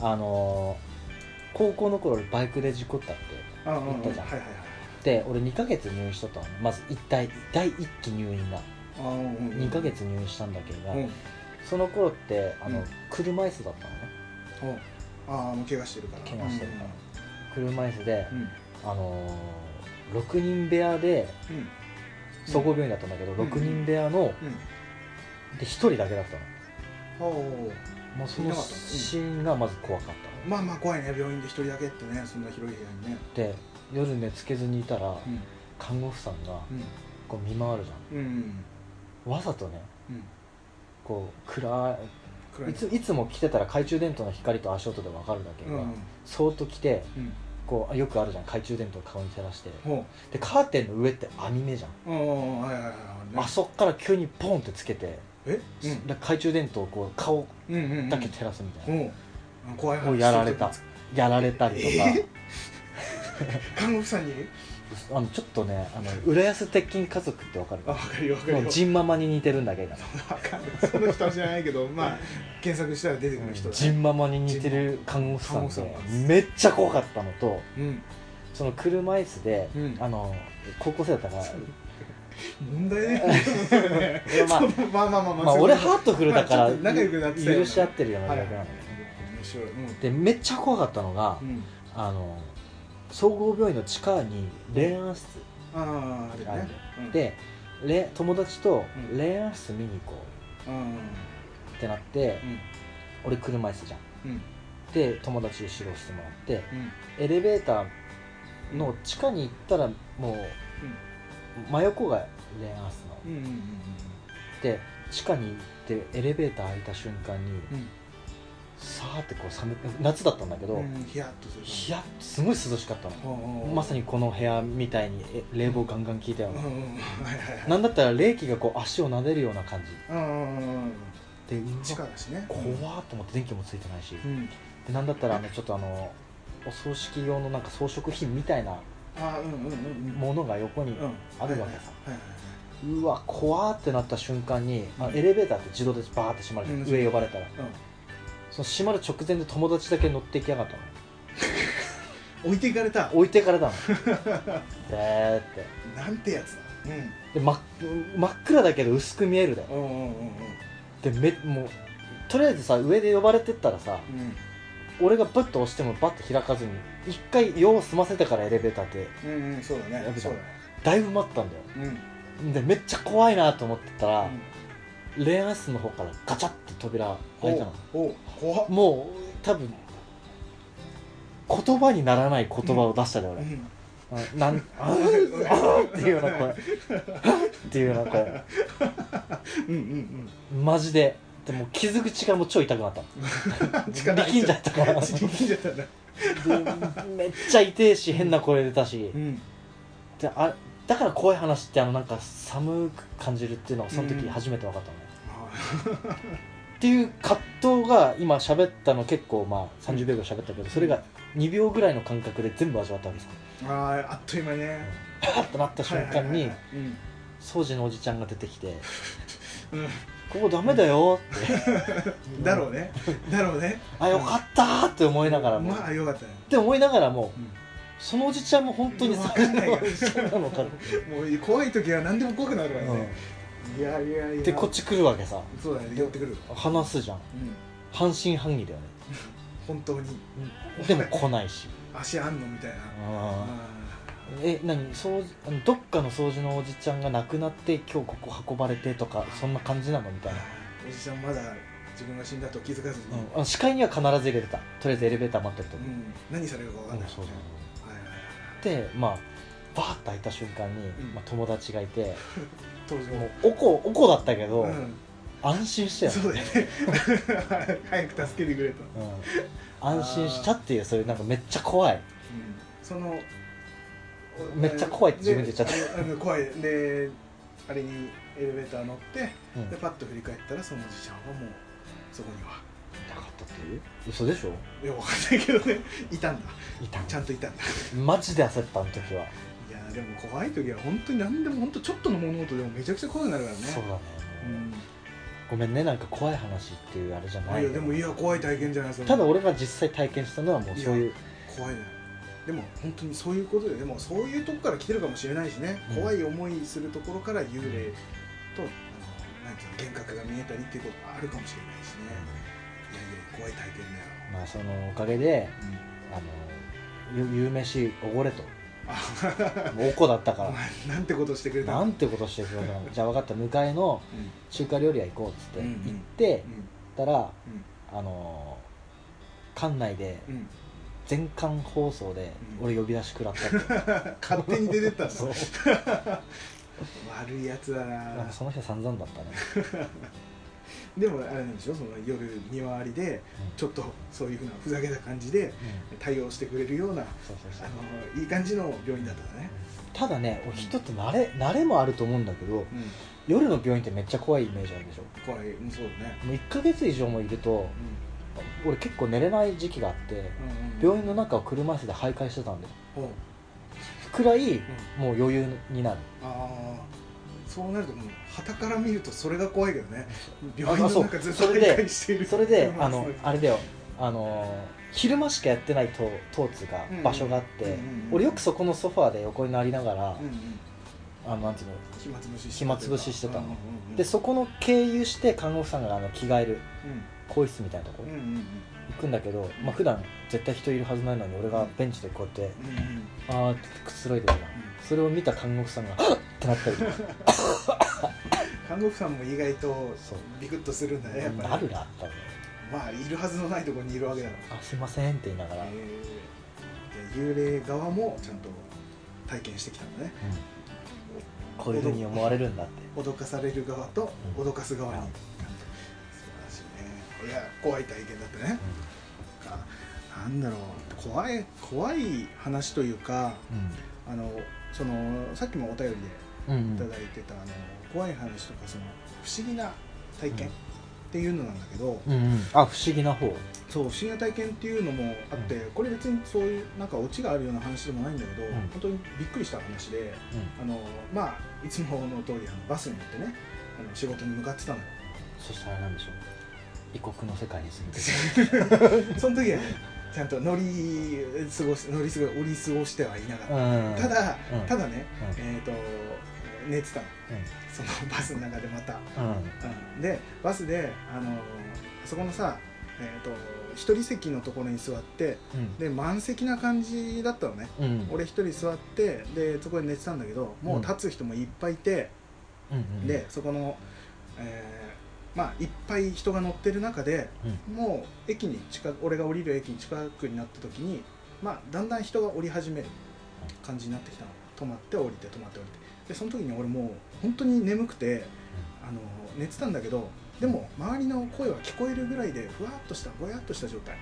[SPEAKER 2] あのー高校の頃俺バイクで事故ったって
[SPEAKER 1] ああああああ
[SPEAKER 2] 言ったじゃん
[SPEAKER 1] はいはいはい
[SPEAKER 2] で俺2ヶ月入院しとったのまず一体第1期入院が
[SPEAKER 1] ああうんうん
[SPEAKER 2] 2ヶ月入院したんだけれど、
[SPEAKER 1] うんうん
[SPEAKER 2] その頃ってあの、
[SPEAKER 1] うん
[SPEAKER 2] 車椅子だったのね
[SPEAKER 1] ああもう怪我してるから
[SPEAKER 2] 怪我してるから車椅子で
[SPEAKER 1] うんうん
[SPEAKER 2] あのー、6人部屋で
[SPEAKER 1] うん
[SPEAKER 2] 総合病院だったんだけど、6人部屋の
[SPEAKER 1] うん
[SPEAKER 2] で1人だけだったの
[SPEAKER 1] おー
[SPEAKER 2] もうそ
[SPEAKER 1] い
[SPEAKER 2] の
[SPEAKER 1] なかったのうん
[SPEAKER 2] シーンがまず怖かっ
[SPEAKER 1] まあまあ怖いね病院で一人だけってねそんな広い部屋にね
[SPEAKER 2] たので夜寝つけずにいたら
[SPEAKER 1] うん
[SPEAKER 2] 看護婦さんがこう見回るじゃ
[SPEAKER 1] うんうん
[SPEAKER 2] んわざとね
[SPEAKER 1] うん
[SPEAKER 2] こう暗
[SPEAKER 1] 暗
[SPEAKER 2] い
[SPEAKER 1] い
[SPEAKER 2] いついつも着てたら懐中電灯の光と足音で分かるだけ
[SPEAKER 1] う
[SPEAKER 2] が、
[SPEAKER 1] んうん
[SPEAKER 2] そーっと来て
[SPEAKER 1] うん
[SPEAKER 2] こうよくあるじゃん懐中電灯を顔に照らして
[SPEAKER 1] ほ
[SPEAKER 2] でカーテンの上って網目じゃん、
[SPEAKER 1] ううんうんはいはいはいね
[SPEAKER 2] あそっから急にポンってつけて、
[SPEAKER 1] え
[SPEAKER 2] だから懐中電灯をこう顔
[SPEAKER 1] うんうんうん
[SPEAKER 2] だけ照らすみたいな、
[SPEAKER 1] うん怖い話
[SPEAKER 2] をやられた
[SPEAKER 1] ちょっと
[SPEAKER 2] やられたりとか、
[SPEAKER 1] え看護婦さんに
[SPEAKER 2] あのちょっとねあの浦安鉄筋家族ってわかる
[SPEAKER 1] あ
[SPEAKER 2] か
[SPEAKER 1] 分かるよ分か
[SPEAKER 2] な
[SPEAKER 1] る
[SPEAKER 2] の
[SPEAKER 1] よ
[SPEAKER 2] ジンママに似てるんだけど
[SPEAKER 1] わかんないその人は知らないけどまあ検索したら出てくる人だ
[SPEAKER 2] ジンママに似てる看護師さ
[SPEAKER 1] 看護
[SPEAKER 2] んで
[SPEAKER 1] 師さん
[SPEAKER 2] めっちゃ怖かったのと
[SPEAKER 1] うん
[SPEAKER 2] その車椅子で、
[SPEAKER 1] うん
[SPEAKER 2] あの高校生だったから
[SPEAKER 1] 問題ねそれね
[SPEAKER 2] い [laughs] やまあ
[SPEAKER 1] そのまあまあまあ
[SPEAKER 2] まあ、
[SPEAKER 1] それ
[SPEAKER 2] 俺ハートフルだか
[SPEAKER 1] ま
[SPEAKER 2] ら
[SPEAKER 1] あちょっと仲良くなってたよね
[SPEAKER 2] 許し合ってるような
[SPEAKER 1] はい
[SPEAKER 2] だ
[SPEAKER 1] はい
[SPEAKER 2] けなのよ
[SPEAKER 1] 面白いうん
[SPEAKER 2] でめっちゃ怖かったのが、
[SPEAKER 1] うん
[SPEAKER 2] あの総合病院の地下に恋愛室
[SPEAKER 1] あああれ
[SPEAKER 2] がある
[SPEAKER 1] ね
[SPEAKER 2] のよ
[SPEAKER 1] うん
[SPEAKER 2] でれ友達と
[SPEAKER 1] うん
[SPEAKER 2] 恋愛室見に行こ
[SPEAKER 1] うん
[SPEAKER 2] うってなって
[SPEAKER 1] うん
[SPEAKER 2] 俺車椅子じゃん
[SPEAKER 1] うん
[SPEAKER 2] で友達に指導してもらって
[SPEAKER 1] うん
[SPEAKER 2] エレベーターの地下に行ったらもう、真横が恋愛室の
[SPEAKER 1] うんうんうん
[SPEAKER 2] で地下に行ってエレベーター開いた瞬間に
[SPEAKER 1] うんうん
[SPEAKER 2] さーってこう寒い夏だったんだけど、
[SPEAKER 1] うんヒヤッとする
[SPEAKER 2] いやすごい涼しかったのま
[SPEAKER 1] ま
[SPEAKER 2] さにこの部屋みたいにえ冷房ガンガン効いたよ
[SPEAKER 1] う
[SPEAKER 2] うんな、
[SPEAKER 1] うんはいはいはい
[SPEAKER 2] なんだったら冷気がこう足を撫でるような感じ
[SPEAKER 1] うんうんうん
[SPEAKER 2] でうわ
[SPEAKER 1] 地下だしね
[SPEAKER 2] 怖っと思って電気もついてないし、
[SPEAKER 1] うん
[SPEAKER 2] でなんだったらあのちょっとあのお葬式用のなんか装飾品みたいな
[SPEAKER 1] あーうんうんうんうん
[SPEAKER 2] ものが横に、
[SPEAKER 1] うん
[SPEAKER 2] あるわけさ
[SPEAKER 1] はいはいう
[SPEAKER 2] わ怖ってなった瞬間に、あ
[SPEAKER 1] うん
[SPEAKER 2] エレベーターって自動でバーって閉まるじゃん、
[SPEAKER 1] うん
[SPEAKER 2] 上呼ばれたら
[SPEAKER 1] はいはい
[SPEAKER 2] その閉まる直前で友達だけ乗っていきやがったの
[SPEAKER 1] うん置いていかれた
[SPEAKER 2] 置いて
[SPEAKER 1] [laughs]
[SPEAKER 2] かれたのでーって
[SPEAKER 1] なんてやつだうん
[SPEAKER 2] で真っ真っ暗だけど薄く見えるだよ
[SPEAKER 1] うんうんうん
[SPEAKER 2] でめもうとりあえずさ上で呼ばれてったらさ俺がブッと押してもバッと開かずに一回用を済ませてからエレベーターで
[SPEAKER 1] うんうんうんそうだ
[SPEAKER 2] やっ
[SPEAKER 1] ね
[SPEAKER 2] ぱ
[SPEAKER 1] そう
[SPEAKER 2] だいぶ待ったんだよ
[SPEAKER 1] だねうん
[SPEAKER 2] でめっちゃ怖いなと思ってたら、
[SPEAKER 1] うん
[SPEAKER 2] レアアースの方からガチャって扉開いたの
[SPEAKER 1] おお怖っ
[SPEAKER 2] もう多分言葉にならない言葉を出したで
[SPEAKER 1] う
[SPEAKER 2] 俺、
[SPEAKER 1] ん
[SPEAKER 2] あなんあーあーっていうような声あーっていうような声
[SPEAKER 1] うん
[SPEAKER 2] マジででも傷口がもう超痛くなった
[SPEAKER 1] うんうん力
[SPEAKER 2] 力んじゃったから
[SPEAKER 1] 力んじゃったんだ
[SPEAKER 2] でめっちゃ痛えし変な声出たし
[SPEAKER 1] うん
[SPEAKER 2] であだから怖い話ってあのなんか寒く感じるっていうのがその時初めて分かったのね、っていう葛藤が今喋ったの結構まあ30秒ぐらい喋ったけどそれが2秒ぐらいの感覚で全部味わったわけです
[SPEAKER 1] あああっという間にね
[SPEAKER 2] パッとなった瞬間
[SPEAKER 1] はい
[SPEAKER 2] に
[SPEAKER 1] はいはいはい
[SPEAKER 2] 掃除のおじちゃんが出てきて
[SPEAKER 1] うんうん
[SPEAKER 2] 「ここダメだよ」って
[SPEAKER 1] だろうねだろうね
[SPEAKER 2] 「あよかった」って思いながらもっ
[SPEAKER 1] まあよかったね
[SPEAKER 2] て思いながらも
[SPEAKER 1] うん
[SPEAKER 2] そのおじちゃんも本当に
[SPEAKER 1] わ
[SPEAKER 2] そ
[SPEAKER 1] かんないよ
[SPEAKER 2] おじちゃんなのかって
[SPEAKER 1] もう怖い時は何でも怖くなるからね、いやいやいや
[SPEAKER 2] でこっち来るわけさ
[SPEAKER 1] そうだね寄ってくるうん
[SPEAKER 2] 話すじゃん半信半疑だよね
[SPEAKER 1] 本当に
[SPEAKER 2] でも来ないし
[SPEAKER 1] 足あんのみたいなあ
[SPEAKER 2] え何掃除あのどっかの掃除のおじちゃんが亡くなって今日ここ運ばれてとかそんな感じなのみたいな、
[SPEAKER 1] ーおじちゃんまだ自分が死んだと気づかずに、
[SPEAKER 2] うん、あの視界には必ず入れてたとりあえずエレベーター待ってると
[SPEAKER 1] う
[SPEAKER 2] 思う、
[SPEAKER 1] ん何されるか分かん
[SPEAKER 2] う
[SPEAKER 1] なんい
[SPEAKER 2] そうそう
[SPEAKER 1] はいはいはい
[SPEAKER 2] でまあバーッと開いた瞬間に、
[SPEAKER 1] うん
[SPEAKER 2] まあ、友達がいて
[SPEAKER 1] 登場
[SPEAKER 2] もうおこおこだったけど、
[SPEAKER 1] うん
[SPEAKER 2] 安心したよ、
[SPEAKER 1] そうだよね [laughs] 早く助けてくれと、
[SPEAKER 2] うん、安心したっていうそれなんかめっちゃ怖い
[SPEAKER 1] そのお
[SPEAKER 2] めっちゃ怖いって自分で言っちゃ
[SPEAKER 1] た怖いであれにエレベーター乗って
[SPEAKER 2] うん
[SPEAKER 1] で
[SPEAKER 2] 痛か
[SPEAKER 1] パッと振り返ったらそのおじちゃんはもうそこには
[SPEAKER 2] ったっていう嘘でしょ
[SPEAKER 1] いや分かんないけどね [laughs] いたんだ
[SPEAKER 2] いた
[SPEAKER 1] ちゃんといたんだ
[SPEAKER 2] マジで焦ったあの時は、
[SPEAKER 1] いやでも怖い時は本当に何でも本当ちょっとの物音でもめちゃくちゃ怖くなるからね
[SPEAKER 2] そうだね、
[SPEAKER 1] うん
[SPEAKER 2] ごめんねなんか怖い話っていうあれじゃない
[SPEAKER 1] いやでもいや怖い体験じゃないですか
[SPEAKER 2] ただ俺が実際体験したのはもうそういう
[SPEAKER 1] 怖いねでも本当にそういうことででもそういうとこから来てるかもしれないしね、
[SPEAKER 2] うん
[SPEAKER 1] 怖い思いするところから幽霊とあのなんていうの幻覚が見えたりっていうことがあるかもしれないしねいやいや怖い体験だよ、
[SPEAKER 2] まあそのおかげであのゆ夕飯おご
[SPEAKER 1] [laughs]
[SPEAKER 2] れと
[SPEAKER 1] あ
[SPEAKER 2] もうおこだった
[SPEAKER 1] お
[SPEAKER 2] か
[SPEAKER 1] 前なんてことしてくれ
[SPEAKER 2] ら
[SPEAKER 1] たの
[SPEAKER 2] なんてことしてくれたのじゃあ分かった向かいの
[SPEAKER 1] う
[SPEAKER 2] 中華料理屋行こうっつって
[SPEAKER 1] うんうん
[SPEAKER 2] 行って
[SPEAKER 1] ん
[SPEAKER 2] 行ったら
[SPEAKER 1] うん
[SPEAKER 2] あの館内で
[SPEAKER 1] うん
[SPEAKER 2] 全館放送で
[SPEAKER 1] うん
[SPEAKER 2] 俺呼び出し食
[SPEAKER 1] [laughs]
[SPEAKER 2] らったって
[SPEAKER 1] 勝手に出てったの
[SPEAKER 2] そう
[SPEAKER 1] 悪いやつだ
[SPEAKER 2] なんか
[SPEAKER 1] な
[SPEAKER 2] その日は散々だっ
[SPEAKER 1] [laughs]
[SPEAKER 2] たね
[SPEAKER 1] でもあれなんでしょその夜見回りで
[SPEAKER 2] うん
[SPEAKER 1] ちょっとそういうふうなふざけた感じで
[SPEAKER 2] うん
[SPEAKER 1] 対応してくれるような
[SPEAKER 2] そうそうそう
[SPEAKER 1] あのいい感じの病院だったからね、
[SPEAKER 2] ただね俺人って慣れ慣れもあると思うんだけど夜の病院ってめっちゃ怖いイメージあるでしょ
[SPEAKER 1] 怖いうんそうだね、
[SPEAKER 2] もう1ヶ月以上もいると
[SPEAKER 1] う
[SPEAKER 2] 俺結構寝れない時期があって病院の中を車椅子で徘徊してたんだよ
[SPEAKER 1] うんうんうん
[SPEAKER 2] くらいもう余裕になる
[SPEAKER 1] ああそうなるともう傍から見るとそれが怖いけど
[SPEAKER 2] [laughs]
[SPEAKER 1] ね病院
[SPEAKER 2] あ
[SPEAKER 1] の
[SPEAKER 2] そう
[SPEAKER 1] 中ずっと
[SPEAKER 2] それで
[SPEAKER 1] 徘徊している
[SPEAKER 2] それで
[SPEAKER 1] うん
[SPEAKER 2] あの
[SPEAKER 1] そうです
[SPEAKER 2] あれだよあの昼間しかやってないと当通が
[SPEAKER 1] うんうん
[SPEAKER 2] 場所があって、
[SPEAKER 1] うんうんうん
[SPEAKER 2] 俺よくそこのソファーで横になりながら、
[SPEAKER 1] うんうん
[SPEAKER 2] あのなんていうの
[SPEAKER 1] 暇つぶし
[SPEAKER 2] 暇つぶししてたの
[SPEAKER 1] うんうんうん
[SPEAKER 2] でそこの経由して看護婦さんがあの着替える
[SPEAKER 1] う
[SPEAKER 2] 更衣室みたいなとこ
[SPEAKER 1] んう
[SPEAKER 2] ろ
[SPEAKER 1] んうんうん
[SPEAKER 2] 行くんだけど、まあ普段絶対人いるはずないのに俺がベンチでこうやって
[SPEAKER 1] うんうん
[SPEAKER 2] あーってくつろいでるなそれを見た看護
[SPEAKER 1] [laughs]
[SPEAKER 2] 婦さんが「あっ!」ってなったりとか
[SPEAKER 1] 看護婦さんも意外と
[SPEAKER 2] そう
[SPEAKER 1] ビクッとするんだねやっぱり
[SPEAKER 2] なるなったの
[SPEAKER 1] まあいるはずのないところにいるわけだから
[SPEAKER 2] あすいませんって言いながら、
[SPEAKER 1] えーで幽霊側もちゃんと体験してきたんだね
[SPEAKER 2] こういうふうに思われるんだって
[SPEAKER 1] 脅かされる側と
[SPEAKER 2] うん
[SPEAKER 1] 脅かす側に、
[SPEAKER 2] うん
[SPEAKER 1] 素晴らしいねいや怖い体験だったねかなんだろう怖い怖い話というか
[SPEAKER 2] う
[SPEAKER 1] あのそのさっきもお便りで
[SPEAKER 2] んうん
[SPEAKER 1] いただいてた、あの怖い話とかその不思議な体験っていうのなんだけど、
[SPEAKER 2] うんうんあ不思議な方
[SPEAKER 1] そう不思議な体験っていうのもあって、これ別にそういうなんかオチがあるような話でもないんだけど、
[SPEAKER 2] ん
[SPEAKER 1] 本当にびっくりした話であのまあいつもの通りあのバスに乗ってねあの仕事に向かってたのよ [laughs]
[SPEAKER 2] そしたら何でしょう異国の世界に住んでる
[SPEAKER 1] その時はねちゃんと乗り過ごし乗り過ごし降り過ごしてはいなかった、ただ、
[SPEAKER 2] うん
[SPEAKER 1] ただね、
[SPEAKER 2] うん
[SPEAKER 1] えっ、と寝てたのその [laughs] バスの中でまた、
[SPEAKER 2] うんうん
[SPEAKER 1] うんでバスであのそこのさえー、と一人席のところに座って
[SPEAKER 2] うん
[SPEAKER 1] で満席な感じだったのね
[SPEAKER 2] うん
[SPEAKER 1] 俺一人座ってでそこで寝てたんだけどもう立つ人もいっぱいいて、
[SPEAKER 2] うんうん
[SPEAKER 1] でそこの、えーまあいっぱい人が乗ってる中で、もう駅に近く俺が降りる駅に近くになった時にまあだんだん人が降り始める感じになってきたの止まって降りて止まって降りてでその時に俺もう本当に眠くてあの寝てたんだけどでも周りの声は聞こえるぐらいでふわっとしたぼやっとした状態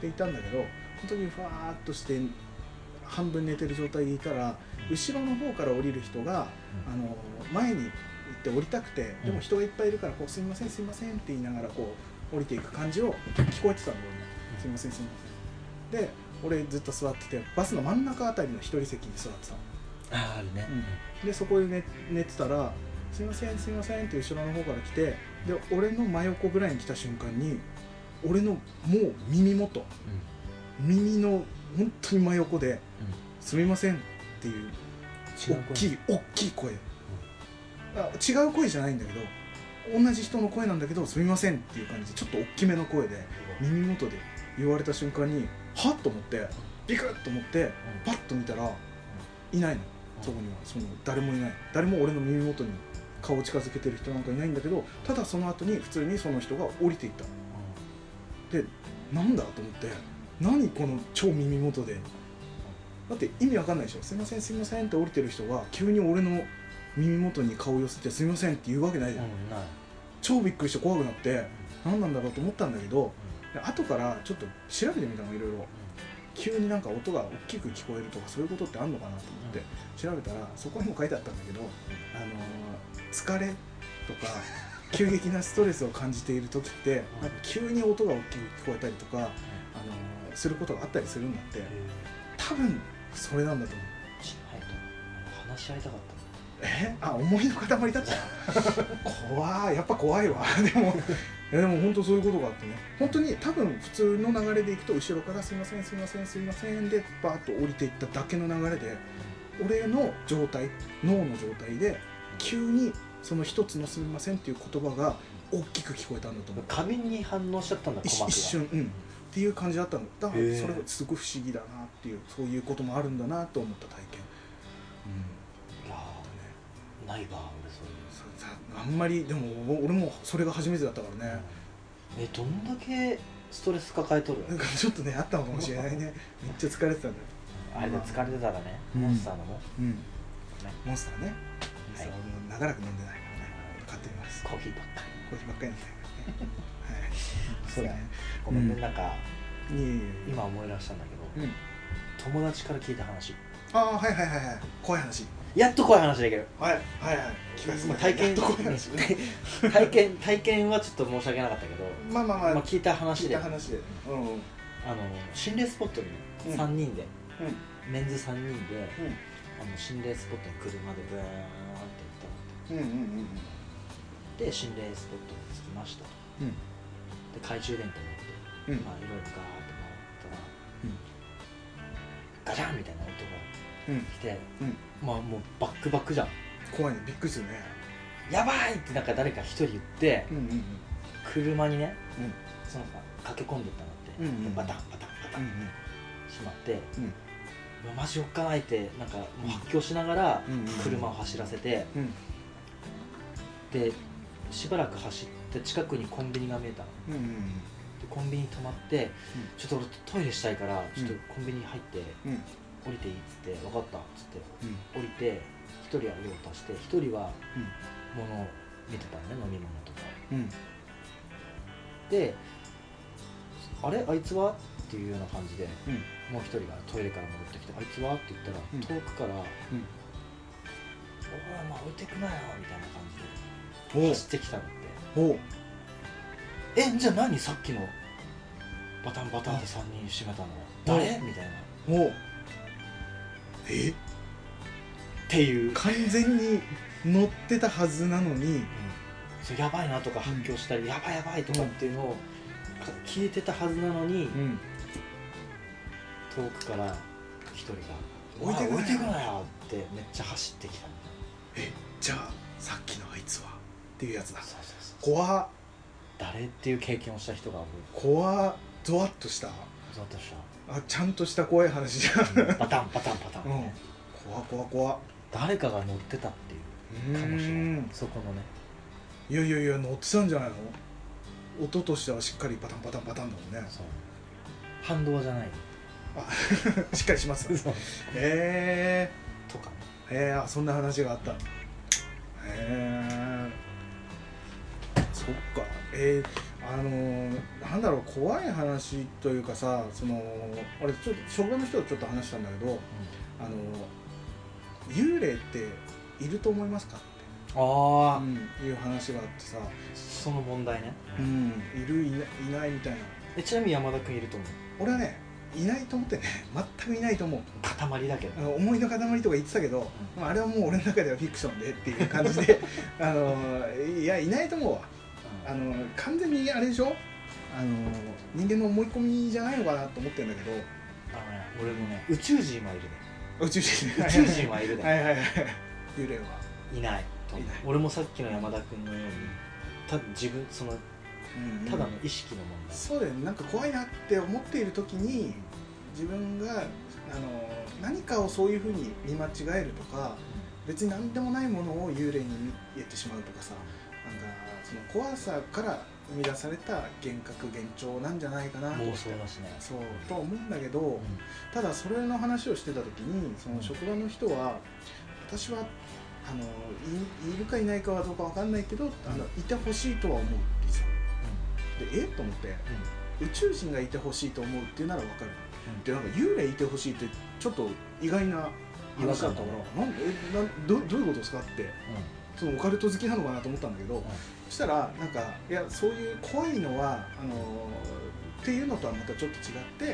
[SPEAKER 1] でいたんだけど本当にふわーっとして半分寝てる状態でいたら後ろの方から降りる人が
[SPEAKER 2] うん
[SPEAKER 1] あの前に行って降りたくてで
[SPEAKER 2] うん
[SPEAKER 1] も人がいっぱいいるからこう「すいませんすいません」って言いながらこう降りていく感じを聞こえてたんだよ
[SPEAKER 2] うん
[SPEAKER 1] ね「すいませんすいません」で俺ずっと座っててバスの真ん中あたりの一人席に座ってたの
[SPEAKER 2] あーあるね
[SPEAKER 1] でそこで寝寝てたら「すいませんすいません」って後ろの方から来てで俺の真横ぐらいに来た瞬間に俺のもう耳元耳の本当に真横で「すみません」っていう
[SPEAKER 2] うん
[SPEAKER 1] 大きい大きい声、あ違う声じゃないんだけど同じ人の声なんだけど「すみません」っていう感じでちょっと大きめの声で耳元で言われた瞬間にはっと思ってビクッと思ってパッと見たらいないのそこにはその誰もいない誰も俺の耳元に顔を近づけてる人なんかいないんだけどただその後に普通にその人が降りていったでなんだと思って何この超耳元でだって意味わかんないでしょ「すいませんすいません」って降りてる人が急に俺の耳元に顔を寄せて「すいません」って言うわけないじ
[SPEAKER 2] う
[SPEAKER 1] ゃん、
[SPEAKER 2] んない
[SPEAKER 1] 超びっくりして怖くなって何なんだろうと思ったんだけどで後からちょっと調べてみたのいろいろ急になんか音が大きく聞こえるとかそういうことってあんのかなと思って調べたらそこにも書いてあったんだけど、あのー疲れとか [laughs] 急激なストレスを感じている時ってなんか急に音が大きく聞こえたりとか、あのーすることがあったりするんだって多分それなんだと思う
[SPEAKER 2] しないと話し合いたかった
[SPEAKER 1] えあ思いの塊だった [laughs] 怖いやっぱ怖いわ [laughs] でもいやでも本当そういうことがあってね本当に多分普通の流れでいくと後ろから「すいませんすいませんすいません」でバーッと降りていっただけの流れで俺の状態脳の状態で急にその一つの「すみません」っていう言葉が大きく聞こえたんだと思う
[SPEAKER 2] 花瓶に反応しちゃったんだ
[SPEAKER 1] 一
[SPEAKER 2] 鼓膜が
[SPEAKER 1] 一瞬うんっていう感じだったのだから
[SPEAKER 2] へえ
[SPEAKER 1] それがすごい不思議だなっていうそういうこともあるんだなと思った体験だね
[SPEAKER 2] いやーないわ俺そういう
[SPEAKER 1] そうさあんまりでもお俺もそれが初めてだったからね
[SPEAKER 2] えどんだけストレス抱えとる
[SPEAKER 1] なんかちょっとねあったのかもしれないねめっちゃ疲れてたんだよ、
[SPEAKER 2] あれで疲れてたらね、
[SPEAKER 1] うん
[SPEAKER 2] モンスターのも
[SPEAKER 1] うん、モンスターねモンスター
[SPEAKER 2] は
[SPEAKER 1] はいもう長らく飲んでないからね買ってみますコ
[SPEAKER 2] コーヒーばっかり
[SPEAKER 1] ーヒーばっかり飲んでないから [laughs] ねはい
[SPEAKER 2] そうだね
[SPEAKER 1] う
[SPEAKER 2] ご
[SPEAKER 1] ん
[SPEAKER 2] めんね、なんか
[SPEAKER 1] いえいえいえ
[SPEAKER 2] 今思い出したんだけ
[SPEAKER 1] う
[SPEAKER 2] ど、
[SPEAKER 1] ん
[SPEAKER 2] 友達から聞いた話
[SPEAKER 1] ああはいはいはいはい怖い話
[SPEAKER 2] やっと怖い話できる
[SPEAKER 1] はいはいはい気が済まない
[SPEAKER 2] 体
[SPEAKER 1] やっ
[SPEAKER 2] 験
[SPEAKER 1] と怖い話
[SPEAKER 2] [laughs] 体験体験はちょっと申し訳なかったけど、
[SPEAKER 1] まあまあまあ、
[SPEAKER 2] まあ、聞いた
[SPEAKER 1] 聞
[SPEAKER 2] 話
[SPEAKER 1] い
[SPEAKER 2] で
[SPEAKER 1] た
[SPEAKER 2] あの
[SPEAKER 1] 話でうんうんうん
[SPEAKER 2] 心霊スポットにね
[SPEAKER 1] うん
[SPEAKER 2] 3人で、メンズ3人であの心霊スポットに車でブーンって行った
[SPEAKER 1] うんう
[SPEAKER 2] の
[SPEAKER 1] んうんうん
[SPEAKER 2] で心霊スポットに着きましたと
[SPEAKER 1] うん
[SPEAKER 2] で懐中電灯持って
[SPEAKER 1] うん
[SPEAKER 2] まあ、いろいろガーって
[SPEAKER 1] う
[SPEAKER 2] 回
[SPEAKER 1] ん
[SPEAKER 2] ったら、ガチャンみたいな音が
[SPEAKER 1] うん
[SPEAKER 2] 来て、
[SPEAKER 1] うん
[SPEAKER 2] まあもうバックバックじゃん
[SPEAKER 1] 怖いねびっくりするね
[SPEAKER 2] やばいってなんか誰か一人言って
[SPEAKER 1] うんうんうん
[SPEAKER 2] 車にね、
[SPEAKER 1] うん
[SPEAKER 2] そのさ駆け込んでったのっ
[SPEAKER 1] う
[SPEAKER 2] て、
[SPEAKER 1] んうんうん
[SPEAKER 2] バタンバタンバタ
[SPEAKER 1] う
[SPEAKER 2] ン
[SPEAKER 1] ん
[SPEAKER 2] しまって、
[SPEAKER 1] うん
[SPEAKER 2] うわマジおっかないってなんかもう発狂しながら
[SPEAKER 1] うんうんうん
[SPEAKER 2] 車を走らせて、
[SPEAKER 1] うん
[SPEAKER 2] でしばらく走って近くにコンビニが見えたの
[SPEAKER 1] うんうん
[SPEAKER 2] でコンビニ止まって、ちょっと俺トイレしたいからちょっとコンビニ入って、
[SPEAKER 1] うん
[SPEAKER 2] 降りていいっつって分かったっつって
[SPEAKER 1] うん
[SPEAKER 2] 降りて一人は用を足して一人は物を見てたのね飲み物とか
[SPEAKER 1] うんうん
[SPEAKER 2] であれあいつはっていうような感じで
[SPEAKER 1] うん
[SPEAKER 2] もう一人がトイレから戻ってきてあいつはって言ったら、
[SPEAKER 1] うん
[SPEAKER 2] 遠くから
[SPEAKER 1] う
[SPEAKER 2] 「おい
[SPEAKER 1] ん
[SPEAKER 2] お前置いてくなよ」みたいな感じ
[SPEAKER 1] お
[SPEAKER 2] で
[SPEAKER 1] う
[SPEAKER 2] 走ってきたのって
[SPEAKER 1] おう
[SPEAKER 2] 「えじゃあ何さっきのバタンバタンで3人閉めたのは誰?」みたいなっ
[SPEAKER 1] おうえ
[SPEAKER 2] ていう、うん、
[SPEAKER 1] 完全に乗ってたはずなのに
[SPEAKER 2] そうやばいなとか発狂したり、やばいやばいとかっていうのを聞いてたはずなのに、
[SPEAKER 1] ん
[SPEAKER 2] 遠くから一人が「
[SPEAKER 1] 置いてくなよ
[SPEAKER 2] お置いてくなよ」ってめっちゃ走ってきたみたい
[SPEAKER 1] じゃあさっきのあいつはっていうやつだ
[SPEAKER 2] なそうそうそう
[SPEAKER 1] 怖っ
[SPEAKER 2] 誰っていう経験をした人が多い
[SPEAKER 1] 怖っゾワッとした
[SPEAKER 2] ゾワッとし
[SPEAKER 1] あちゃんとした怖い話じゃん
[SPEAKER 2] たバタンバタンバタンって
[SPEAKER 1] うん
[SPEAKER 2] ね、
[SPEAKER 1] 怖っ怖っ怖っ
[SPEAKER 2] 誰かが乗ってたっていう
[SPEAKER 1] う
[SPEAKER 2] かもし
[SPEAKER 1] ー
[SPEAKER 2] れない
[SPEAKER 1] ん
[SPEAKER 2] そこのね
[SPEAKER 1] いやいやいや乗ってたんじゃないの音としてはしっかりパタンパタンパタンだもんね
[SPEAKER 2] そう反動じゃない
[SPEAKER 1] あしっかりしますへ
[SPEAKER 2] とかね
[SPEAKER 1] えへえあそんな話があったへえそっかえー、あのー、なんだろう怖い話というかさその俺ちょっと職場の人とちょっと話したんだけどあのー、幽霊っていると思いますかって、
[SPEAKER 2] ああ、
[SPEAKER 1] うん、いう話があってさ、
[SPEAKER 2] その問題ね、
[SPEAKER 1] うん、いるいないいないみたいな
[SPEAKER 2] えちなみに山田君いると思う
[SPEAKER 1] 俺はねいないと思ってね全くいないと思う
[SPEAKER 2] 塊だけど
[SPEAKER 1] あの思いの塊とか言ってたけど、
[SPEAKER 2] う
[SPEAKER 1] まあ、あれはもう俺の中ではフィクションでっていう感じ
[SPEAKER 2] [laughs]
[SPEAKER 1] であのいやいないと思うわ
[SPEAKER 2] うん
[SPEAKER 1] あの完全にあれでしょあの人間の思い込みじゃないのかなと思ってるんだけ
[SPEAKER 2] あのね俺もね宇宙人はいるね
[SPEAKER 1] ど宇宙人
[SPEAKER 2] 宇宙人はいる
[SPEAKER 1] [laughs]
[SPEAKER 2] ね
[SPEAKER 1] はいはいはい幽霊はい
[SPEAKER 2] ないと思う
[SPEAKER 1] いない
[SPEAKER 2] 俺もさっきの山田君のようにた自分その
[SPEAKER 1] うん
[SPEAKER 2] ただの意識の問題、
[SPEAKER 1] そうだよねなんか怖いなって思っている時に自分があの何かをそういうふうに見間違えるとか別に何でもないものを幽霊に見えてしまうとかさなんかその怖さから生み出された幻覚幻聴なんじゃないかな
[SPEAKER 2] 妄想だしね、
[SPEAKER 1] そうと思うんだけど、
[SPEAKER 2] うん
[SPEAKER 1] ただそれの話をしてた時にその職場の人は私はあのいいるかいないかはどうかわかんないけど、あのいてほしいとは思うって言ってたでえっと思って、宇宙人がいてほしいと思うっていうならわかる、
[SPEAKER 2] うん
[SPEAKER 1] でなんか幽霊いてほしいってちょっと意外な
[SPEAKER 2] 違和
[SPEAKER 1] 話だったか
[SPEAKER 2] 感だね
[SPEAKER 1] らなんでえなんどどういうことですかってそのオカルト好きなのかなと思ったんだけど、そしたらなんかいやそういう怖いのはあのーっていうのとはまたちょっと違っ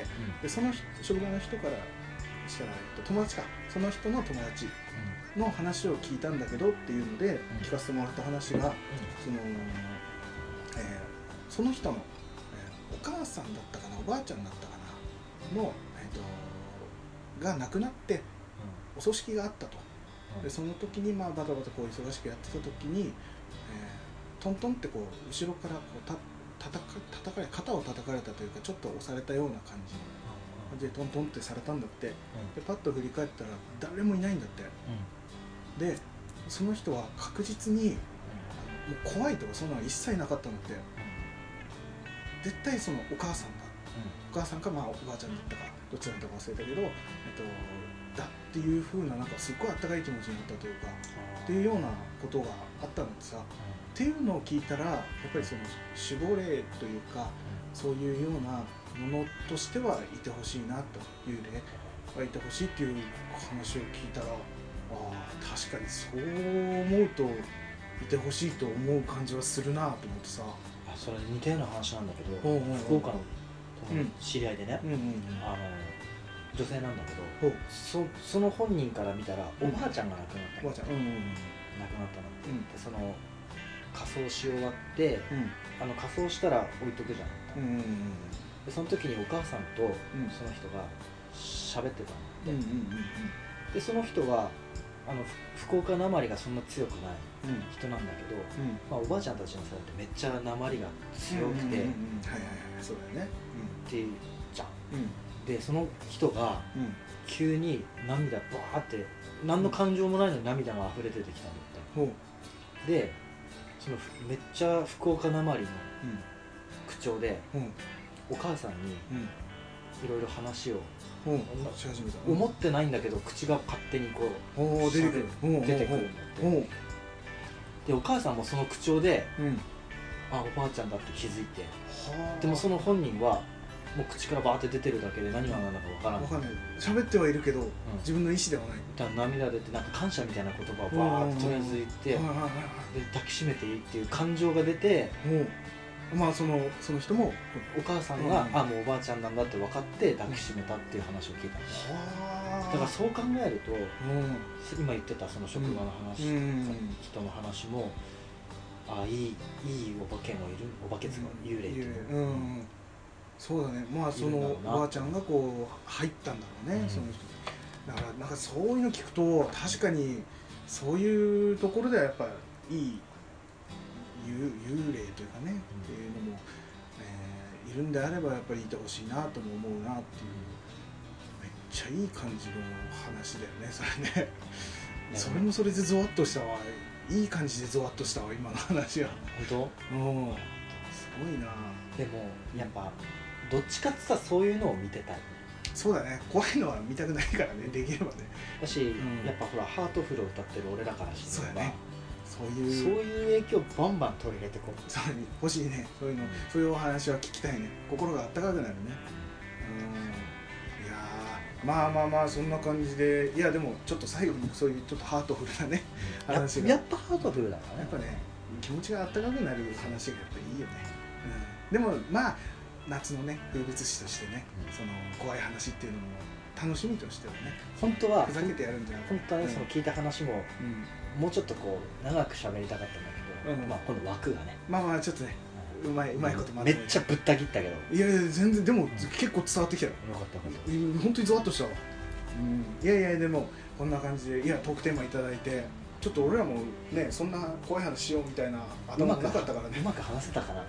[SPEAKER 1] てでその人職場の人からしたら、えっと、友達かその人の友達の話を聞いたんだけどっていうので
[SPEAKER 2] ん
[SPEAKER 1] 聞かせてもらった話が、その、えーその人の、えーお母さんだったかなおばあちゃんだったかなの、えー、とが亡くなってお葬式があったとでその時にまあバタバタこう忙しくやってた時に、えートントンってこう後ろからこうた叩か叩かれ肩を叩かれたというかちょっと押されたような感じでトントンってされたんだってでパッと振り返ったら誰もいないんだってでその人は確実にもう怖いとかそんなの一切なかったのって絶対そのお母さんだお母さんかまあおばあちゃんだったかどちらだったか忘れたけど、えっと、だっていう風ななんかすっごいあったかい気持ちになったというかっていうようなことがあったのでさっていうのを聞いたらやっぱりその守護霊というかそういうようなものとしてはいてほしいなと幽霊がいてほしいっていう話を聞いたらああ確かにそう思うといてほしいと思う感じはするなと思ってさ
[SPEAKER 2] あそれ似たような話なんだけ
[SPEAKER 1] ほう
[SPEAKER 2] ど
[SPEAKER 1] ほうほう
[SPEAKER 2] 福岡の友達
[SPEAKER 1] う
[SPEAKER 2] 知り合いでね、
[SPEAKER 1] うんうん
[SPEAKER 2] あの女性なんだけど
[SPEAKER 1] ほう
[SPEAKER 2] そその本人から見たら
[SPEAKER 1] う
[SPEAKER 2] お
[SPEAKER 1] ん
[SPEAKER 2] ばあちゃんが亡くなった
[SPEAKER 1] おば
[SPEAKER 2] の、
[SPEAKER 1] あちゃんうんうん
[SPEAKER 2] 亡くなったのでその仮装し終わってあの仮装したら置いとくじゃん
[SPEAKER 1] うんうんうん
[SPEAKER 2] でその時にお母さんと
[SPEAKER 1] ん
[SPEAKER 2] その人が喋ってた
[SPEAKER 1] うんうんうんうんうん
[SPEAKER 2] の、でその人はあのふ福岡なまりがそんな強くない人なんだけど、
[SPEAKER 1] うん
[SPEAKER 2] まあ、おばあちゃんたちの世代ってめっちゃなまりが強く
[SPEAKER 1] うんうんうんうんはいは
[SPEAKER 2] てっ
[SPEAKER 1] いはいそうだよね
[SPEAKER 2] ていうじゃん
[SPEAKER 1] うんうん
[SPEAKER 2] でその人が
[SPEAKER 1] うん
[SPEAKER 2] 急に涙バーって何の感情もないのに涙が溢れ出てきたんだっ
[SPEAKER 1] ほう
[SPEAKER 2] てでそのふめっちゃ福岡なまり
[SPEAKER 1] うん
[SPEAKER 2] の口調で
[SPEAKER 1] ほう
[SPEAKER 2] お母さんに
[SPEAKER 1] うん
[SPEAKER 2] いろいろ話を
[SPEAKER 1] ほうし始めた
[SPEAKER 2] 思ってないんだけど口が勝手にこ
[SPEAKER 1] おお出てくる
[SPEAKER 2] う出てくるんだ
[SPEAKER 1] ほ
[SPEAKER 2] って
[SPEAKER 1] う
[SPEAKER 2] でお母さんもその口調で
[SPEAKER 1] うん
[SPEAKER 2] あおばあちゃんだって気づいて
[SPEAKER 1] はあ
[SPEAKER 2] でもその本人はもう口からバーって出てるだけで何が何だかわからない
[SPEAKER 1] わかんない喋ってはいるけど、自分の意思ではない
[SPEAKER 2] だから涙出てなんか感謝みたいな言葉をバーッととりあえず言って、
[SPEAKER 1] はいはいはい
[SPEAKER 2] で抱きしめていいっていう感情が出て
[SPEAKER 1] はいもうまあそのその人もは
[SPEAKER 2] お母さんが、
[SPEAKER 1] うん
[SPEAKER 2] あもうおばあちゃんなんだって分かって抱きしめたっていう話を聞いたんです
[SPEAKER 1] あ
[SPEAKER 2] だからそう考えると
[SPEAKER 1] うん
[SPEAKER 2] 今言ってたその職場の話、
[SPEAKER 1] うんうん
[SPEAKER 2] その人の話もあいいいいお化けもいるお化けつか幽霊っていう
[SPEAKER 1] う
[SPEAKER 2] の、
[SPEAKER 1] ん、うん、そうだねまあそ
[SPEAKER 2] いるん
[SPEAKER 1] の
[SPEAKER 2] だろ
[SPEAKER 1] お
[SPEAKER 2] うな
[SPEAKER 1] ばあちゃんがこう入ったんだろうね、
[SPEAKER 2] うん
[SPEAKER 1] その人だからなんかそういうの聞くと確かにそういうところではやっぱいい幽幽霊というかね、っていうのも、えーいるんであればやっぱりいてほしいなとも思うなっていうめっちゃいい感じの話だよねそれね
[SPEAKER 2] [laughs] うん
[SPEAKER 1] それもそれでゾワッとしたわいい感じでゾワッとしたわ今の話は
[SPEAKER 2] 本
[SPEAKER 1] うんすごいな
[SPEAKER 2] 当でもやっぱどっちかってさそういうのを見てたい
[SPEAKER 1] そうだね怖いのは見たくないからねできればね
[SPEAKER 2] だし、
[SPEAKER 1] ん
[SPEAKER 2] やっぱほらハートフルを歌ってる俺らからして
[SPEAKER 1] そう
[SPEAKER 2] みれ
[SPEAKER 1] や
[SPEAKER 2] ば、
[SPEAKER 1] ねそう
[SPEAKER 2] そう
[SPEAKER 1] いう
[SPEAKER 2] いう影響バンバン取り入れてこう
[SPEAKER 1] そういう欲しいねそういうの
[SPEAKER 2] うん
[SPEAKER 1] そういうお話は聞きたいね心があったかくなるねうんいやーまあまあまあそんな感じでいやでもちょっと最後にそういうちょっとハートフルなね
[SPEAKER 2] や
[SPEAKER 1] 話が
[SPEAKER 2] やっぱハートフルだから
[SPEAKER 1] やっ
[SPEAKER 2] ね
[SPEAKER 1] ぱね気持ちがあったかくなる話がやっぱりいいよね、うん、でもまあ夏のね風物詩としてね、
[SPEAKER 2] うん
[SPEAKER 1] その怖い話っていうのも楽しみとしてはね
[SPEAKER 2] 本当は
[SPEAKER 1] ふざけてやるんじゃなくて
[SPEAKER 2] 本当はねその聞いた話も
[SPEAKER 1] うんうん
[SPEAKER 2] もうちょっとこう長く喋りたかったんだけど、
[SPEAKER 1] うん
[SPEAKER 2] まあ今度枠がね
[SPEAKER 1] まあまあちょっとねうまいうまいことま
[SPEAKER 2] め
[SPEAKER 1] と
[SPEAKER 2] っちゃぶった切ったけどよ
[SPEAKER 1] いやいや全然でも結構伝わってきたよ
[SPEAKER 2] かったよかっ
[SPEAKER 1] うん本当にゾワッとしたわ、うん、いやいやでもこんな感じでいやトークテーマいただいてちょっと俺らもねそんな怖い話しようみたいな
[SPEAKER 2] たう
[SPEAKER 1] 頭
[SPEAKER 2] ま
[SPEAKER 1] が
[SPEAKER 2] く
[SPEAKER 1] なかったから
[SPEAKER 2] う
[SPEAKER 1] ね
[SPEAKER 2] まく話せたかな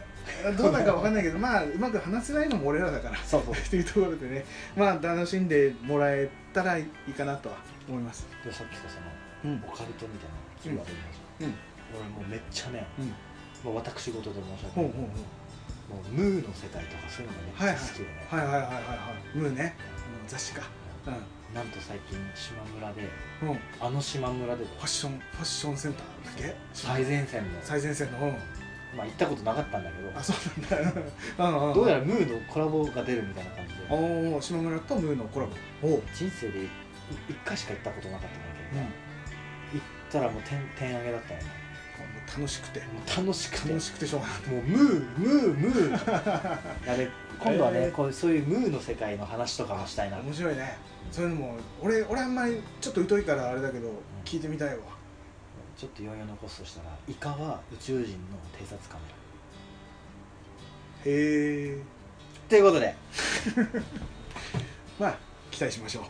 [SPEAKER 1] どうなるかわかんないけどまあうまく話せないのも俺らだから
[SPEAKER 2] そうそう
[SPEAKER 1] っていうところでねまあ楽しんでもらえたらいいかなとは思います
[SPEAKER 2] でさっきさそ
[SPEAKER 1] うん
[SPEAKER 2] のオカルトみたいなキーワード言いまし
[SPEAKER 1] うんうん
[SPEAKER 2] た俺もうめっちゃね、
[SPEAKER 1] うん
[SPEAKER 2] まあ、私事で申し訳
[SPEAKER 1] ほ
[SPEAKER 2] な
[SPEAKER 1] う
[SPEAKER 2] い
[SPEAKER 1] ほうほ
[SPEAKER 2] もうムーの世界とかそういうのが
[SPEAKER 1] はい
[SPEAKER 2] めっちゃ
[SPEAKER 1] は
[SPEAKER 2] 好
[SPEAKER 1] い
[SPEAKER 2] きでね、
[SPEAKER 1] うはいはいはいはいはいムーねうん雑誌かう
[SPEAKER 2] なんと最近島村で
[SPEAKER 1] ん、うん、フ
[SPEAKER 2] あの島村で
[SPEAKER 1] ァッションファッションセンターだっけ
[SPEAKER 2] 最前線の、
[SPEAKER 1] 最前線のうん
[SPEAKER 2] まあ、行ったことなかったんだけ
[SPEAKER 1] あ
[SPEAKER 2] ど
[SPEAKER 1] そうなんだうんうん
[SPEAKER 2] どうやらムーのコラボが出るみたいな感じで
[SPEAKER 1] おお島村とムーのコラボおう
[SPEAKER 2] 人生でい一回しか行ったことなかったんだけ
[SPEAKER 1] うん
[SPEAKER 2] ど、
[SPEAKER 1] もう
[SPEAKER 2] 行ったらもう点点上げだったよね
[SPEAKER 1] 楽しくて
[SPEAKER 2] もう楽しくて
[SPEAKER 1] 楽しくてしょうが
[SPEAKER 2] もうムームームー [laughs] やべ今度はね、
[SPEAKER 1] えー
[SPEAKER 2] こうそういうムーの世界の話とかもしたいな
[SPEAKER 1] ない面白いねそういうのも俺俺あんまりちょっと疎いからあれだけど聞いてみたいわ
[SPEAKER 2] ちょっと余裕残すとしたらイカは宇宙人の偵察カメラ
[SPEAKER 1] へえ
[SPEAKER 2] ということで
[SPEAKER 1] まあ期待しましょう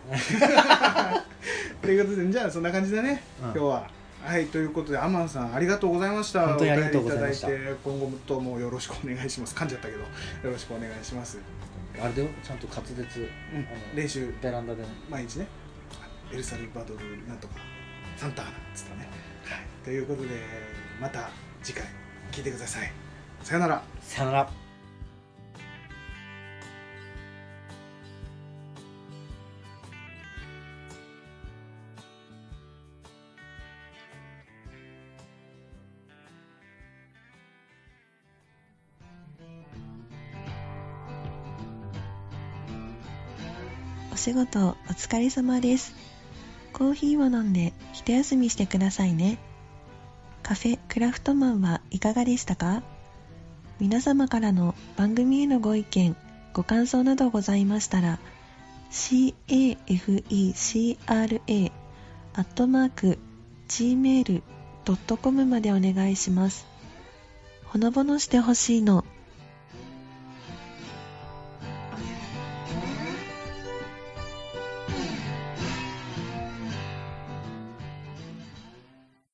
[SPEAKER 1] [laughs] ということでじゃあそんな感じだね、
[SPEAKER 2] うん
[SPEAKER 1] 今日ははいということでアマンさんありがとうございました
[SPEAKER 2] 本当にありがとうございました
[SPEAKER 1] お便りただいて今後ともよろしくお願いします噛んじゃったけどよろしくお願いします、
[SPEAKER 2] あれだよちゃんと滑舌
[SPEAKER 1] うん
[SPEAKER 2] あの
[SPEAKER 1] 練習
[SPEAKER 2] ベランダでね
[SPEAKER 1] 毎日ねエルサルバドルなんとかサンタアナっつったね、はい、ということでまた次回聞いてくださいさよなら
[SPEAKER 2] さよなら
[SPEAKER 3] 教仕事お疲れ様ですコーヒーを飲んで一休みしてくださいねカフェクラフトマンはいかがでしたか皆様からの番組へのご意見ご感想などございましたら cafecra アットマーク gmail.com までお願いしますほのぼのしてほしいの